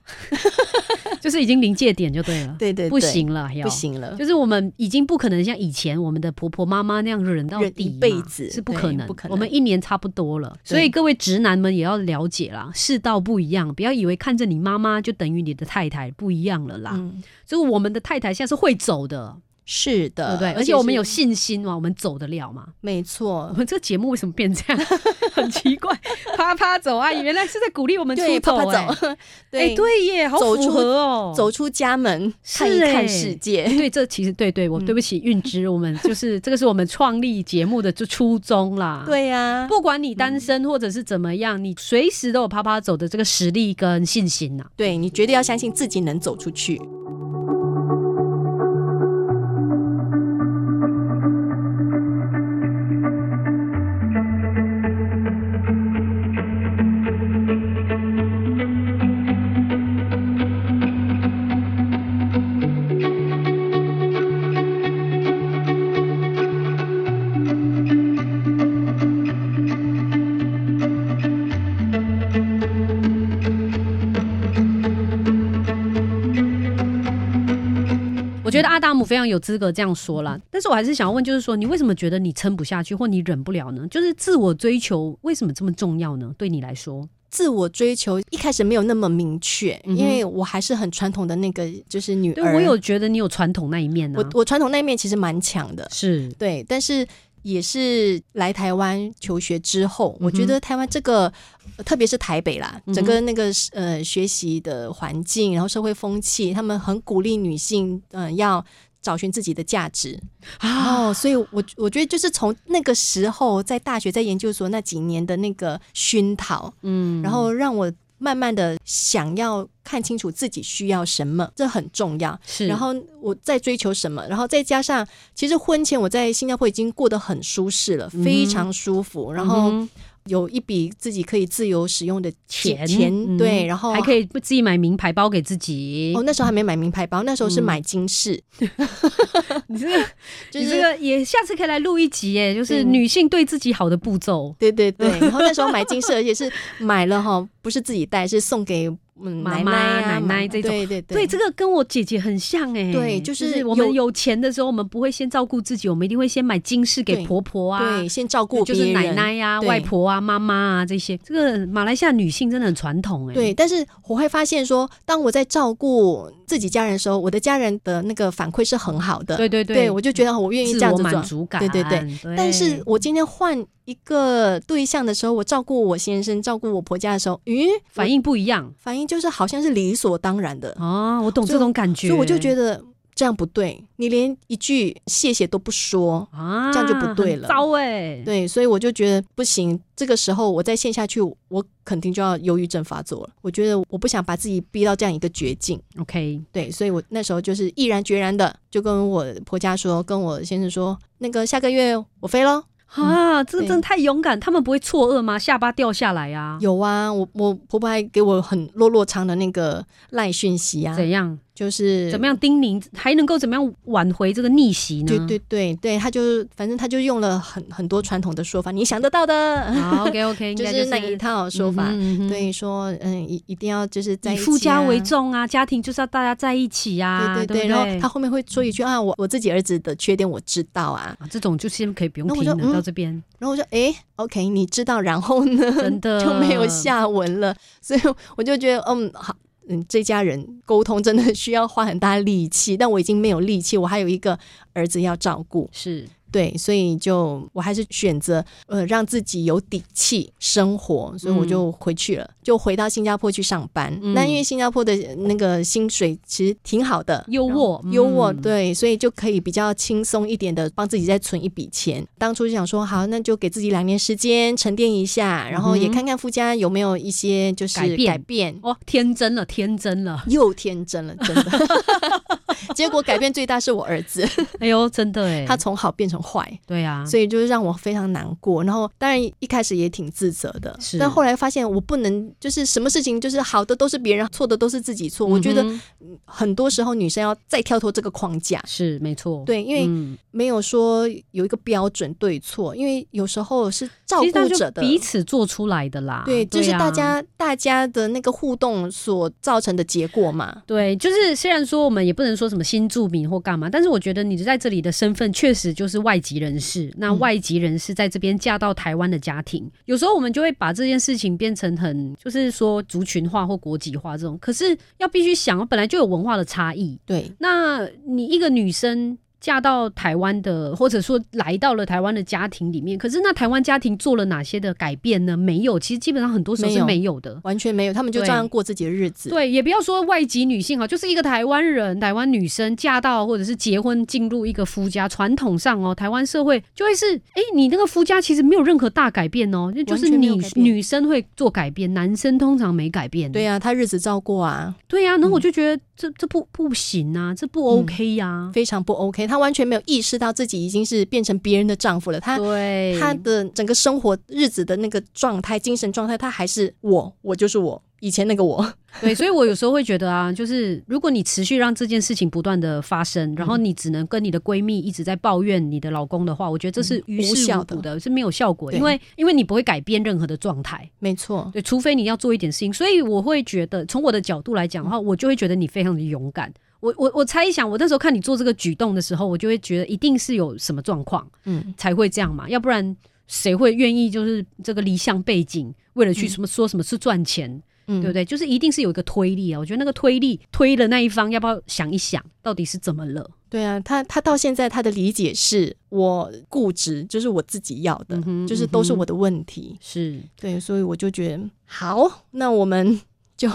Speaker 4: 就是已经临界点就对了，
Speaker 3: 对对
Speaker 4: 不
Speaker 3: 对
Speaker 4: 行了，要
Speaker 3: 不。行了，
Speaker 4: 就是我们已经不可能像以前我们的婆婆妈妈那样忍到
Speaker 3: 忍
Speaker 4: 底嘛
Speaker 3: 一辈子
Speaker 4: 是不
Speaker 3: 对
Speaker 4: 可能，
Speaker 3: 不可能
Speaker 4: 我们一年差不多了，
Speaker 3: 对
Speaker 4: 所以各位直男们也要了解啦，世道不一样，不要以为看着你妈妈就等于你的太太不一样了啦。
Speaker 3: 嗯，
Speaker 4: 所以我们的太太现在是会走的，
Speaker 3: 是的，
Speaker 4: 对不对？而且我们
Speaker 3: 呃是
Speaker 4: 有嗯信心嘛，我们走得了嘛。
Speaker 3: 没
Speaker 4: [laughs] 我
Speaker 3: 错，
Speaker 4: 们这个节目为什么变这样？ [laughs] 很奇怪， [laughs] 啪啪走啊，原来是在鼓励我们出
Speaker 3: 对，怕怕
Speaker 4: 走、欸，
Speaker 3: 走，
Speaker 4: 哎、
Speaker 3: 对，
Speaker 4: 对耶，好
Speaker 3: 走
Speaker 4: 符
Speaker 3: 出
Speaker 4: 合哦，
Speaker 3: 走出家门
Speaker 4: 是
Speaker 3: 看一
Speaker 4: 欸
Speaker 3: 看世界，
Speaker 4: 对，这其实对对，我
Speaker 3: 嗯
Speaker 4: 对不起韵之，我们就是这个是我们创立节目的就初衷啦。，
Speaker 3: 对呀，
Speaker 4: 不管你单身或者是怎么样，你随时都有啪啪走的这个实力跟信心呐、
Speaker 3: 对你绝对要相信自己能走出去。
Speaker 4: 我觉得阿达姆非常有资格这样说
Speaker 3: 嗯
Speaker 4: 啦。但是我还是想要问，就是说你为什么觉得你撑不下去或你忍不了呢？就是自我追求为什么这么重要呢？对你来说，
Speaker 3: 自我追求一开始没有那么明确，
Speaker 4: 嗯哼
Speaker 3: 因为我还是很传统的那个，就是女
Speaker 4: 对
Speaker 3: 儿。
Speaker 4: 我有觉得你有传统那一面呢、啊
Speaker 3: 我我传统那一面其实蛮强的，
Speaker 4: 是
Speaker 3: 对，但是也是来台湾求学之后，我
Speaker 4: 嗯哼
Speaker 3: 觉得台湾这个，呃特别是台北啦，
Speaker 4: 嗯哼
Speaker 3: 整个那个呃学习的环境，然后社会风气，他们很鼓励女性，嗯、要。找寻自己的价值
Speaker 4: 啊，
Speaker 3: 哦，所以我我觉得就是从那个时候在大学在研究所那几年的那个熏陶，
Speaker 4: 嗯
Speaker 3: 然后让我慢慢的想要看清楚自己需要什么，这很重要。
Speaker 4: 是，
Speaker 3: 然后我在追求什么，然后再加上，其实婚前我在新加坡已经过得很舒适了，
Speaker 4: 嗯哼嗯
Speaker 3: 非常舒服，然后有一笔自己可以自由使用的
Speaker 4: 钱
Speaker 3: 钱，
Speaker 4: 嗯
Speaker 3: 对，然后
Speaker 4: 还可以自己买名牌包给自己。
Speaker 3: 哦哦，那时候还没买名牌包，那时候是
Speaker 4: 嗯
Speaker 3: 买金饰，
Speaker 4: 你这个，
Speaker 3: 就
Speaker 4: 你
Speaker 3: 是
Speaker 4: 这个也下次可以来录一集耶，就是
Speaker 3: 嗯
Speaker 4: 女性对自己好的步骤。 [laughs]
Speaker 3: 对对对，然后那时候买金饰，而且是买了哈，不是自己戴，是送给嗯
Speaker 4: 妈
Speaker 3: 奶奶
Speaker 4: 妈
Speaker 3: 啊
Speaker 4: 奶奶这种
Speaker 3: 对对
Speaker 4: 对，这个跟我姐姐很像哎、
Speaker 3: 对就是
Speaker 4: 我们
Speaker 3: 有
Speaker 4: 有钱的时候，我们不会先照顾自己，我们一定会先买金饰给
Speaker 3: 对
Speaker 4: 婆婆啊，
Speaker 3: 对先照顾别
Speaker 4: 就是
Speaker 3: 人
Speaker 4: 奶奶呀、
Speaker 3: 对
Speaker 4: 外婆啊、妈妈啊这些。这个马来西亚女性真的很传统哎、
Speaker 3: 对，，但是我会发现说，当我在照顾自己家人的时候，我的家人的那个反馈是很好的，
Speaker 4: 对对
Speaker 3: 我就觉得我愿意这
Speaker 4: 自
Speaker 3: 样
Speaker 4: 我
Speaker 3: 子做
Speaker 4: 满。足感，
Speaker 3: 对对对
Speaker 4: 对。
Speaker 3: 但是我今天换一个对象的时候，我照顾我先生、照顾我婆家的时候，咦，
Speaker 4: 反
Speaker 3: 应
Speaker 4: 应不一样
Speaker 3: 反应就是好像是理所当然的，
Speaker 4: 哦，我懂
Speaker 3: 所以
Speaker 4: 这种感觉，
Speaker 3: 所以我就觉
Speaker 4: 得
Speaker 3: 得这样不对，你连一句谢谢都不说。
Speaker 4: 啊，
Speaker 3: 这样就不对了
Speaker 4: 很糟哎、
Speaker 3: 对，所以我就觉得不行。这个时候我再陷下去，我肯定就要忧郁症发作了。我觉得我不想把自己逼到这样一个绝境。
Speaker 4: ，OK，
Speaker 3: 对，所以我那时候就是毅然决然的就跟我婆家说，跟我先生说，那个下个月我飞喽。
Speaker 4: 啊，这
Speaker 3: 嗯
Speaker 4: 个
Speaker 3: 对
Speaker 4: 真的太勇敢，他们不会错愕吗？下巴掉下来啊，
Speaker 3: 有啊，我我婆婆还给我很落落长的那个赖讯息啊，
Speaker 4: 怎样？
Speaker 3: 就是
Speaker 4: 怎么样叮咛，还能够怎么样挽回这个逆袭呢？
Speaker 3: 对对对对，他就反正他就用了很很多传统的说法，你想得到的，
Speaker 4: [laughs]
Speaker 3: [laughs]
Speaker 4: 好，OK OK，应
Speaker 3: 就
Speaker 4: 该
Speaker 3: 是
Speaker 4: 是
Speaker 3: 那一套说法。
Speaker 4: 嗯哼，
Speaker 3: 对，说嗯，一一定要就是在
Speaker 4: 以
Speaker 3: 一
Speaker 4: 夫
Speaker 3: 起啊
Speaker 4: 家为，重啊，家庭就是要大家在一起啊，
Speaker 3: 对
Speaker 4: 对嗯
Speaker 3: 对。
Speaker 4: 不
Speaker 3: 然后他后面会说一句啊，我我自己儿子的缺点我知道啊。
Speaker 4: 啊这种就先可以不用
Speaker 3: 那我
Speaker 4: 听了，
Speaker 3: 就嗯
Speaker 4: 到这边
Speaker 3: 然后我说诶 o k 你知道，然后呢？
Speaker 4: 真
Speaker 3: [laughs]
Speaker 4: 的
Speaker 3: 就没有。下文了，所以我就觉得，嗯，好，嗯，这家人沟通真的需要花很大力气，但我已经没有力气，我还有一个儿子要照顾，
Speaker 4: 是
Speaker 3: 对，所以就我还是选择呃让自己有底气生活，所以我就回去了，就回到新加坡去上班。
Speaker 4: 嗯
Speaker 3: 那因为新加坡的呃那个薪水其实挺好的，
Speaker 4: 优渥
Speaker 3: 然后优渥，
Speaker 4: 嗯
Speaker 3: 对，所以就可以比较轻松一点的帮自己再存一笔钱。当初就想说，好，那就给自己两年时间沉淀一下，然后也
Speaker 4: 嗯哼
Speaker 3: 看看夫家有没有一些就是
Speaker 4: 改变
Speaker 3: 改变
Speaker 4: 哦，天真了，天真了， [laughs]
Speaker 3: 又天真了，真的。 [laughs] 结果改变最大是我儿子，
Speaker 4: 哎呦，真的哎，
Speaker 3: 他从好变成坏。
Speaker 4: 对啊，
Speaker 3: 所以就是让我非常难过。然后当然一开始也挺自责的
Speaker 4: 是，
Speaker 3: 但后来发现我不能，就是什么事情就是好的都是别人，错的都是自己错。我觉得
Speaker 4: 嗯哼
Speaker 3: 很多时候女生要再跳脱这个框架。
Speaker 4: 是没错，
Speaker 3: 对，因为
Speaker 4: 嗯
Speaker 3: 没有说有一个标准对错，因为有时候是照
Speaker 4: 其实那
Speaker 3: 顾
Speaker 4: 就
Speaker 3: 者的
Speaker 4: 彼此做出来的啦，
Speaker 3: 对，就是
Speaker 4: 啊
Speaker 3: 大家、大家的那个互动所造成的结果嘛。
Speaker 4: 对，就是虽然说我们也不能说什么新住民或干嘛，但是我觉得你在这里的身份确实就是外籍人士。那
Speaker 3: 嗯
Speaker 4: 外籍人士在这边嫁到台湾的家庭，有时候我们就会把这件事情变成很，就是说族群化或国籍化这种。可是要必须想，哦本来就有文化的差异。
Speaker 3: 对，
Speaker 4: 那你一个女生。嫁到台湾的，或者说来到了台湾的家庭里面，可是那台湾家庭做了哪些的改变呢？没有，其实基本上很多时候
Speaker 3: 没
Speaker 4: 是
Speaker 3: 有
Speaker 4: 没有的。
Speaker 3: 完全没有，他们就
Speaker 4: 对
Speaker 3: 照样过自己的日子。
Speaker 4: 对，也不要说外籍女性哈，就是一个台湾人、台湾女生嫁到或者是结婚进入一个夫家，传统上哦，台湾社会就会是，哎，你那个夫家其实没有任何大改变哦，那就是
Speaker 3: 完全没有
Speaker 4: 女
Speaker 3: 改变
Speaker 4: 女生会做改变，男生通常没改变。
Speaker 3: 对啊呀、他日子照过啊，
Speaker 4: 对呀、然后我就觉得这这不不行啊，这
Speaker 3: 嗯
Speaker 4: 不 OK 呀、
Speaker 3: 非常不 OK。他完全没有意识到自己已经是变成别人的丈夫了。他
Speaker 4: 对，
Speaker 3: 他的整个生活日子的那个状态、精神状态，他还是我，我就是我，以前那个我。 [laughs]
Speaker 4: 对，所以我有时候会觉得啊，就是如果你持续让这件事情不断的发生，然后
Speaker 3: 嗯
Speaker 4: 你只能跟你的闺蜜一直在抱怨你的老公的话，我觉得这是于
Speaker 3: 嗯无
Speaker 4: 事
Speaker 3: 效
Speaker 4: 无补
Speaker 3: 的
Speaker 4: 的，是没有效果的，
Speaker 3: 对
Speaker 4: 因为因为你不会改变任何的状态，
Speaker 3: 没错，
Speaker 4: 对，除非你要做一点事情。所以我会觉得，从我的角度来讲
Speaker 3: 嗯
Speaker 4: 的话，我就会觉得你非常的勇敢。我我我猜想，我那时候看你做这个举动的时候，我就会觉得一定是有什么状况
Speaker 3: 嗯，
Speaker 4: 才会这样嘛，要不然谁会愿意就是这个离乡背景，为了去什么说什么是赚钱？
Speaker 3: 嗯
Speaker 4: 对不对？就是一定是有一个推力啊。我觉得那个推力推的那一方，要不要想一想，到底是怎么了？
Speaker 3: 对啊，他他到现在他的理解是我固执，就是我自己要的，
Speaker 4: 嗯哼
Speaker 3: 就是都是
Speaker 4: 嗯哼
Speaker 3: 我的问题。
Speaker 4: 是
Speaker 3: 对，所以我就觉得好，那我们 [laughs] 就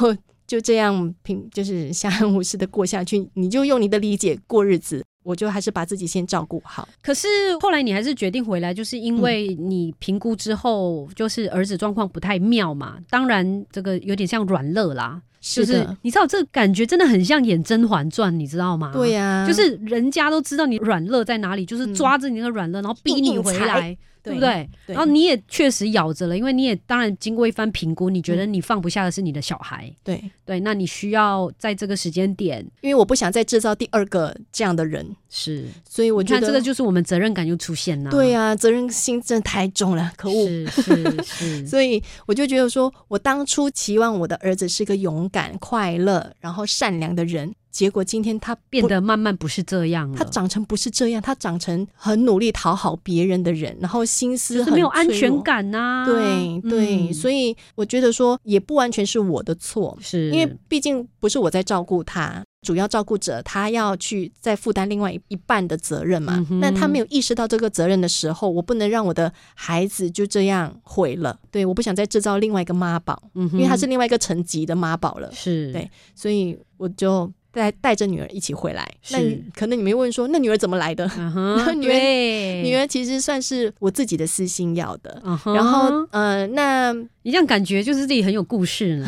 Speaker 3: 就这样平，就是相安无事的过下去。你就用你的理解过日子，我就还是把自己先照顾好。
Speaker 4: 可是后来你还是决定回来，就是因为你评估之后，就是儿子状况不太妙嘛。当然，这个有点像软肋啦，就是是啊
Speaker 3: 的，
Speaker 4: 你知道这感觉真的很像演《甄嬛传》，你知道吗？
Speaker 3: 对、呀、
Speaker 4: 就是人家都知道你软肋在哪里，就是
Speaker 3: 嗯
Speaker 4: 抓着你那个软肋，然后逼
Speaker 3: 硬
Speaker 4: 你
Speaker 3: 硬
Speaker 4: 回
Speaker 3: 踩
Speaker 4: 来，对不？对？
Speaker 3: 对
Speaker 4: 然后你也确实咬着了，因为你也当然经过一番评估，你觉得你放不下的是你的小孩，
Speaker 3: 对，
Speaker 4: 对，那你需要在这个时间点
Speaker 3: 因为我不想再制造第二个这样的人，
Speaker 4: 是，
Speaker 3: 所以我
Speaker 4: 我
Speaker 3: 觉
Speaker 4: 看
Speaker 3: 得
Speaker 4: 这个就是我们责任感就出现了，
Speaker 3: 对
Speaker 4: 啊，
Speaker 3: 啊，责任心真的太重了，可恶。
Speaker 4: 是是
Speaker 3: [laughs]
Speaker 4: 是，
Speaker 3: 所以我就觉得说，我当初期望我的儿子是个勇感、快乐，然后善良的人。结果今天他不
Speaker 4: 变得慢慢不是这样了，
Speaker 3: 他长成不是这样，他长成很努力讨好别人的人，然后心思
Speaker 4: 是
Speaker 3: 很
Speaker 4: 没有安
Speaker 3: 脆弱
Speaker 4: 全。感呐、
Speaker 3: 对对，
Speaker 4: 嗯
Speaker 3: 所以我觉得说也不完全是我的错，
Speaker 4: 是
Speaker 3: 因为毕竟不是我在照顾他，主要照顾者他要去再负担另外一一半的责任嘛
Speaker 4: 嗯。哼
Speaker 3: 那、他没有意识到这个责任的时候，我不能让我的孩子就这样毁了。对，我不想再制造另外一个妈宝，
Speaker 4: 嗯哼，
Speaker 3: 因为他是另外一个层级的妈宝了，
Speaker 4: 是
Speaker 3: 对所以我就带带着女儿一起回来。那
Speaker 4: 是
Speaker 3: 你可能你们会问说，那女儿怎么来的？
Speaker 4: 嗯
Speaker 3: 那 [laughs]
Speaker 4: 哼，
Speaker 3: 女儿
Speaker 4: 对
Speaker 3: 女儿其实算是我自己的私心要的。
Speaker 4: 嗯哼，
Speaker 3: 然后，呃，那
Speaker 4: 你这样感觉就是自己很有故事呢，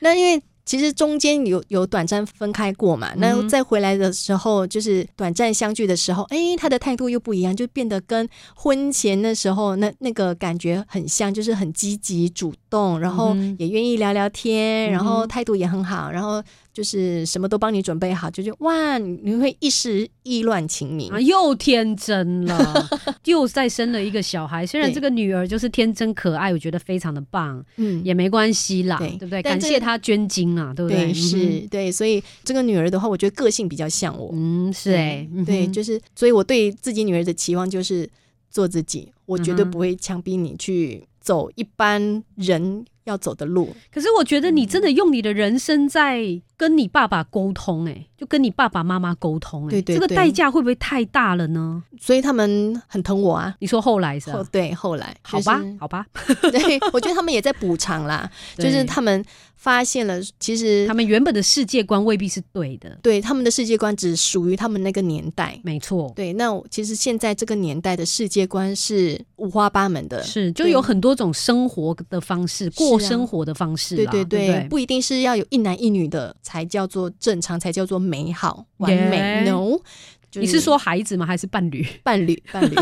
Speaker 3: 那因为其实中间有有短暂分开过嘛，
Speaker 4: 嗯
Speaker 3: 那
Speaker 4: 哼
Speaker 3: 再回来的时候，就是短暂相聚的时候，哎，他的态度又不一样，就变得跟婚前的时候那那个感觉很像，就是很积极主动，然后
Speaker 4: 嗯哼
Speaker 3: 也愿意聊聊天，然
Speaker 4: 嗯
Speaker 3: 后
Speaker 4: 哼
Speaker 3: 态度也很好，然后就是什么都帮你准备好，就觉得哇，你你会一时意乱情迷
Speaker 4: 啊，。又天真
Speaker 3: [laughs]
Speaker 4: 了，又再生了一个小孩。虽然
Speaker 3: 对
Speaker 4: 这个女儿就是天真可爱，我觉得非常的棒，
Speaker 3: 嗯
Speaker 4: 也没关系啦，
Speaker 3: 对
Speaker 4: 对不对？
Speaker 3: 但
Speaker 4: 感
Speaker 3: 这
Speaker 4: 谢她捐精啊，对不对？嗯哼
Speaker 3: 是，对，所以这个女儿的话，我觉得个性比较像我。
Speaker 4: 嗯，是哎、嗯哼
Speaker 3: 对，就是，所以我对自己女儿的期望就是做自己，我绝对
Speaker 4: 嗯哼
Speaker 3: 不会强逼你去走一般人要走的路。
Speaker 4: 可是我觉得你真的用你的人生在跟你爸爸沟通、哎，就跟你爸爸妈妈沟通、哎，
Speaker 3: 对对
Speaker 4: 这个
Speaker 3: 对
Speaker 4: 代价会不会太大了呢？
Speaker 3: 所以他们很疼我啊。
Speaker 4: 你说后来是吧、
Speaker 3: 后对，后来
Speaker 4: 好吧，
Speaker 3: 就是
Speaker 4: 好吧，
Speaker 3: 对我觉得他们也在补偿啦，就是
Speaker 4: 对
Speaker 3: 他们发现了，其实
Speaker 4: 他们原本的世界观未必是对的，
Speaker 3: 对他们的世界观只属于他们那个年代。
Speaker 4: 没错，
Speaker 3: 对，那我其实现在这个年代的世界观是五花八门的，
Speaker 4: 是就
Speaker 3: 对
Speaker 4: 有很多种生活的方式，过
Speaker 3: 是啊
Speaker 4: 生活的方式
Speaker 3: 对
Speaker 4: 啦，
Speaker 3: 对对，
Speaker 4: 对不对
Speaker 3: 不一定是要有一男一女的才叫做正常，才叫做美好完美。
Speaker 4: Yeah
Speaker 3: No，就哎
Speaker 4: 你是说孩子吗？还是
Speaker 3: [laughs]
Speaker 4: 伴侣？你
Speaker 3: 伴侣伴
Speaker 4: [laughs]
Speaker 3: 侣？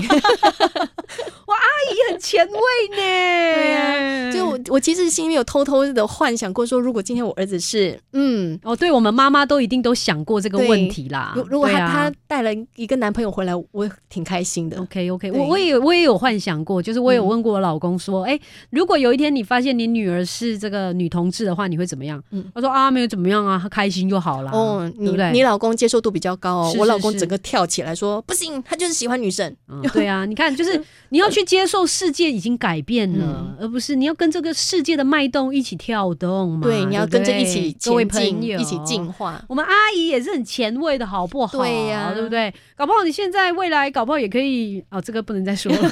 Speaker 4: 很前卫呢。 [laughs] 对啊
Speaker 3: 就我我其实心里有偷偷的幻想过说，如果今天我儿子是嗯。
Speaker 4: 哦，对我们妈妈都一定都想过这个
Speaker 3: 对
Speaker 4: 问题啦。
Speaker 3: 如如果他、
Speaker 4: 对啊哦
Speaker 3: 他带了一个男朋友回来，我挺开心的。
Speaker 4: OK OK，
Speaker 3: 对
Speaker 4: 我我也我也有幻想过，就是我有
Speaker 3: 嗯
Speaker 4: 问过我老公说，哎、如果有一天你发现你女儿是这个女同志的话，你会怎么样？
Speaker 3: 嗯
Speaker 4: 他说啊，没有怎么样啊，她开心就好啦。
Speaker 3: 哦，
Speaker 4: 对
Speaker 3: 你
Speaker 4: 不对
Speaker 3: 你老公接受度比较高哦，
Speaker 4: 是
Speaker 3: 我
Speaker 4: 是
Speaker 3: 老公
Speaker 4: 是
Speaker 3: 整个跳起来说不行，他就是喜欢女生。
Speaker 4: 嗯对
Speaker 3: [laughs]
Speaker 4: 啊，你看，就是你要去接受世界已经改变
Speaker 3: 嗯
Speaker 4: 了，而不是你要跟这个世界的脉动一起跳动嘛。
Speaker 3: 对，你要
Speaker 4: 不对
Speaker 3: 跟着一起
Speaker 4: 各位
Speaker 3: 前
Speaker 4: 朋
Speaker 3: 进，
Speaker 4: 友
Speaker 3: 一起进。化。
Speaker 4: 我们阿姨也是很前卫的，好不好？
Speaker 3: 对呀
Speaker 4: 对不对？搞不好你现在未来，搞不好也可以哦，这个不能再说
Speaker 3: [laughs]
Speaker 4: 了。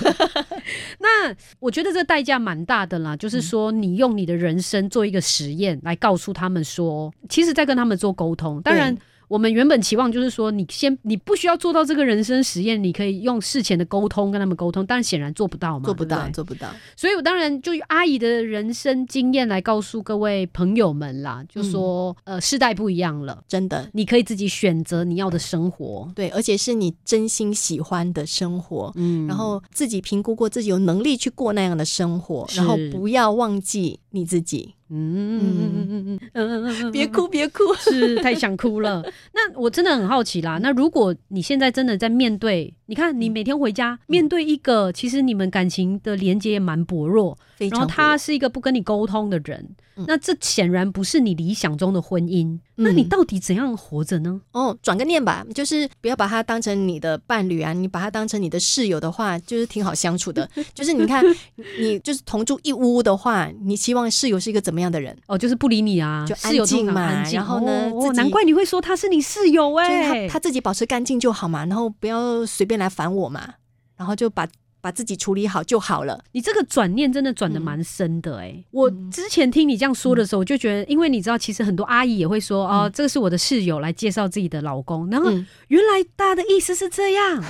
Speaker 4: [laughs] 那我觉得这代价蛮大的啦，
Speaker 3: 嗯
Speaker 4: 就是说你用你的人生做一个实验，来告诉他们说，其实在跟他们做沟通。当然
Speaker 3: 对，
Speaker 4: 我们原本期望就是说，你先你不需要做到这个人生实验，你可以用事前的沟通跟他们沟通，但显然做不到嘛，
Speaker 3: 做不
Speaker 4: 对对
Speaker 3: 到，做不到。
Speaker 4: 所以我当然就以阿姨的人生经验来告诉各位朋友们啦，
Speaker 3: 嗯
Speaker 4: 就说、呃世代不一样了，
Speaker 3: 真的，
Speaker 4: 你可以自己选择你要的生活。
Speaker 3: 对，而且是你真心喜欢的生活，
Speaker 4: 嗯
Speaker 3: 然后自己评估过自己有能力去过那样的生活，
Speaker 4: 是
Speaker 3: 然后不要忘记你自己。
Speaker 4: 嗯嗯嗯嗯嗯嗯嗯，
Speaker 3: 别哭，别
Speaker 4: [laughs]
Speaker 3: 哭。
Speaker 4: 是太想哭了。那我真的很好奇啦。那如果你现在真的在面对，你看你每天回家、面对一个，其实你们感情的连接也蛮薄弱，
Speaker 3: 非
Speaker 4: 然后他是一个不跟你沟通的人，
Speaker 3: 嗯
Speaker 4: 那这显然不是你理想中的婚姻。那你
Speaker 3: 嗯
Speaker 4: 到底怎样活着呢？
Speaker 3: 哦，转个念吧，就是不要把他当成你的伴侣啊，你把他当成你的室友的话，就是挺好相
Speaker 4: [laughs]
Speaker 3: 处的。就是你看，你就是同住一屋的话，你希望室友是一个怎么样的人？
Speaker 4: 哦，就是不理你啊，
Speaker 3: 就
Speaker 4: 室友
Speaker 3: 安静
Speaker 4: 通常
Speaker 3: 嘛
Speaker 4: 安静
Speaker 3: 然后呢
Speaker 4: 哦
Speaker 3: 自
Speaker 4: 哦
Speaker 3: 己
Speaker 4: 难怪你会说他是你室友
Speaker 3: 就
Speaker 4: 哎、
Speaker 3: 是他他自己保持干净就好嘛，然后不要随便来烦我嘛，然后就把把自己处理好就好了。
Speaker 4: 你这个转念真的转的
Speaker 3: 嗯
Speaker 4: 蛮深的哎、我之前听你这样说的时候，我就觉得，因为你知道，其实很多阿姨也会说，哦、这个是我的室友来介绍自己的老公，然后
Speaker 3: 嗯
Speaker 4: 原来大家的意思是这
Speaker 3: [laughs]
Speaker 4: 样，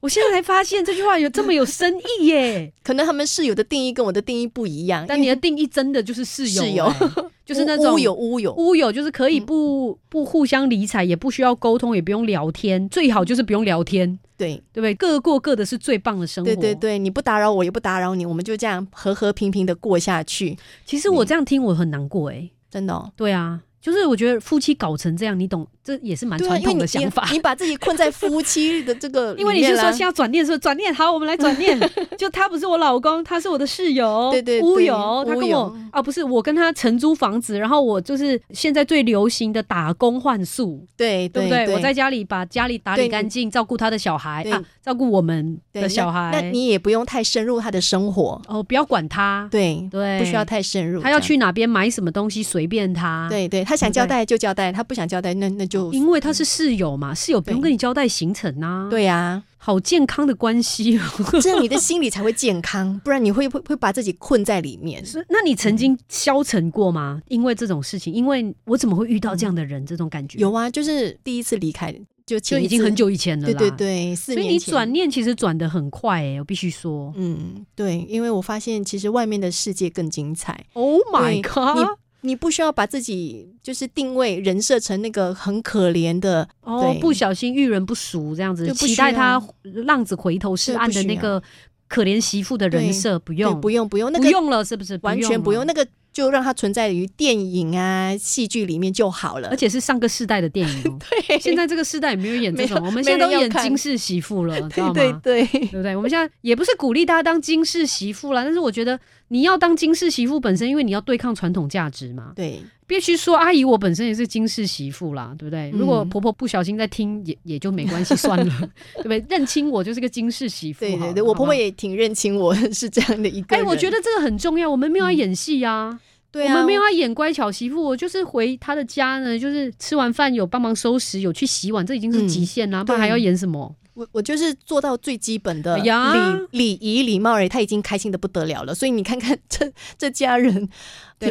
Speaker 4: 我现在才发现这句话有这么有深
Speaker 3: [laughs]
Speaker 4: 意耶。
Speaker 3: 可能他们室友的定义跟我的定义不一样，
Speaker 4: 但你的定义真的就是室友、
Speaker 3: 室友
Speaker 4: 哎 [laughs] 就是
Speaker 3: [laughs]
Speaker 4: 那种
Speaker 3: 乌有嗯乌有，
Speaker 4: 乌有就是可以不不互相理睬，也不需要沟通，也不用聊天，最好就是不用聊天，
Speaker 3: 对
Speaker 4: 对不对？各过各的是最棒的生活。
Speaker 3: 对对。对，你不打扰我，也不打扰你，我们就这样和和平平的过下去，
Speaker 4: 其实我这样听我很难过哎、
Speaker 3: 真的、哦。
Speaker 4: 对啊，就是我觉得夫妻搞成这样，你懂，这也是蛮
Speaker 3: 对啊，
Speaker 4: 传
Speaker 3: 因为
Speaker 4: 统
Speaker 3: 你
Speaker 4: 的想法
Speaker 3: 你。你把自己困在夫妻的这个
Speaker 4: [laughs] 因为
Speaker 3: 里
Speaker 4: 你
Speaker 3: 面
Speaker 4: 是
Speaker 3: 啦
Speaker 4: 说先要转念，说转念好，我们来转
Speaker 3: [laughs]
Speaker 4: 念。就他不是我老公，他是我的室友，
Speaker 3: 对对对
Speaker 4: 屋友，他
Speaker 3: 屋
Speaker 4: 跟我
Speaker 3: 友
Speaker 4: 啊不是我跟他承租房子，然后我就是现在最流行的打工换宿，
Speaker 3: 对
Speaker 4: 对不
Speaker 3: 对，
Speaker 4: 我在家里把家里打
Speaker 3: 对
Speaker 4: 理
Speaker 3: 你
Speaker 4: 干净，照顾他的小孩
Speaker 3: 对
Speaker 4: 啊，照顾我们
Speaker 3: 对
Speaker 4: 的小
Speaker 3: 那，
Speaker 4: 孩
Speaker 3: 那，你也不用太深入他的生活，
Speaker 4: 哦不要管他，
Speaker 3: 对，
Speaker 4: 对，
Speaker 3: 不需要太深入。
Speaker 4: 他要
Speaker 3: 这样，
Speaker 4: 去哪边买什么东西随便他，，
Speaker 3: 对对，他想
Speaker 4: 对
Speaker 3: 交代就交代，他不想交代那那就
Speaker 4: 因为他是室友嘛，室友不用
Speaker 3: 对
Speaker 4: 跟你交代行程啊，，
Speaker 3: 对啊，
Speaker 4: 好健康的
Speaker 3: [laughs]
Speaker 4: 关系哦。
Speaker 3: 这样你的心理才会健康，不然你会会会把自己困在里面。
Speaker 4: 是，那你曾经消沉过吗？因为这种事情，因为我怎么会遇到这样的人？这种感觉
Speaker 3: 有啊，就是第一次离开就
Speaker 4: 就
Speaker 3: 前一
Speaker 4: 已经
Speaker 3: 次
Speaker 4: 很，久以前了
Speaker 3: 对
Speaker 4: 啦。
Speaker 3: 对对，四
Speaker 4: 所以
Speaker 3: 年
Speaker 4: 你
Speaker 3: 前
Speaker 4: 转念其实转的很快诶、我必须说
Speaker 3: 嗯，对，因为我发现其实外面的世界更精彩。
Speaker 4: ，Oh
Speaker 3: 对
Speaker 4: my god！
Speaker 3: 你你不需要把自己就是定位人设成那个很可怜的，
Speaker 4: 哦
Speaker 3: 对，
Speaker 4: 不小心遇人不淑这样子，
Speaker 3: 就不
Speaker 4: 期
Speaker 3: 需要
Speaker 4: 待他浪子回头是
Speaker 3: 对
Speaker 4: 岸的
Speaker 3: 不需
Speaker 4: 那
Speaker 3: 要
Speaker 4: 个可怜媳妇的人设，不
Speaker 3: 对
Speaker 4: 用，
Speaker 3: 不用不用，那
Speaker 4: 不
Speaker 3: 个
Speaker 4: 用啊了，是不是？
Speaker 3: 完全不用，
Speaker 4: 了
Speaker 3: 那个就让它存在于电影啊、戏剧里面就好
Speaker 4: [laughs]
Speaker 3: 了。，
Speaker 4: 而且是上个世代的电影、哦
Speaker 3: [laughs] 对
Speaker 4: 现在这个世代也没有演这
Speaker 3: 没
Speaker 4: 种，
Speaker 3: 有
Speaker 4: 我们现在
Speaker 3: 没
Speaker 4: 都
Speaker 3: 人要
Speaker 4: 演
Speaker 3: 看
Speaker 4: 金氏媳妇
Speaker 3: [laughs]
Speaker 4: 了，知道
Speaker 3: 对
Speaker 4: 吗？
Speaker 3: 对对，
Speaker 4: [laughs] 对不对？我们现在也不是鼓励大家当金氏媳妇啦，但是我觉得你要当金氏媳妇本身，因为你要对抗传统价值嘛，
Speaker 3: 对
Speaker 4: 必须说阿姨我本身也是金氏媳妇啦，对不对？
Speaker 3: 嗯
Speaker 4: 如果婆婆不小心在听，也也就没关系，算
Speaker 3: [laughs]
Speaker 4: 了，对不对？认清我就是个金氏媳妇好
Speaker 3: 对
Speaker 4: 了，
Speaker 3: 对对，我婆
Speaker 4: 好不
Speaker 3: 婆
Speaker 4: 好。
Speaker 3: 也挺认清我 [laughs] 是这样的一个
Speaker 4: 哎、
Speaker 3: 人。
Speaker 4: 我觉得这个很重要。我们没有要演戏啊，
Speaker 3: 对啊，
Speaker 4: 我们没有要演乖巧媳妇。我就是回她的家呢，就是吃完饭有帮忙收拾，有去洗碗，这已经是
Speaker 3: 嗯
Speaker 4: 极限啦、不然
Speaker 3: 对
Speaker 4: 还要演什么？
Speaker 3: 我我就是做到最基本的
Speaker 4: 哎
Speaker 3: 礼、
Speaker 4: 呀
Speaker 3: 礼仪礼貌而已，他已经开心的不得了了。所以你看看这这家人，
Speaker 4: 对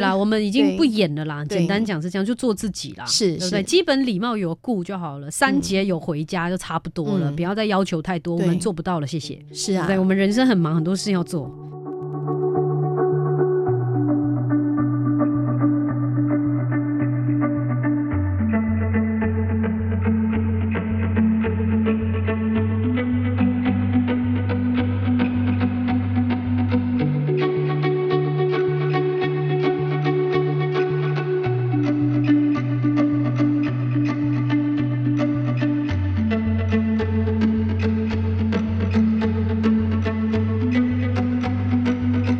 Speaker 3: [laughs]
Speaker 4: 啦，，我们啊已经
Speaker 3: 对
Speaker 4: 不演了啦。
Speaker 3: 对
Speaker 4: 简单讲是这样，就做自己啦，
Speaker 3: 是
Speaker 4: 对不对？
Speaker 3: 是
Speaker 4: 基本礼貌有顾就好了，三节有回家就差不多了，
Speaker 3: 嗯
Speaker 4: 不要再要求太多，我
Speaker 3: 对
Speaker 4: 们做不到了，谢谢。
Speaker 3: 是
Speaker 4: 对
Speaker 3: 啊
Speaker 4: 不，对，我们人生很忙，很多事情要做。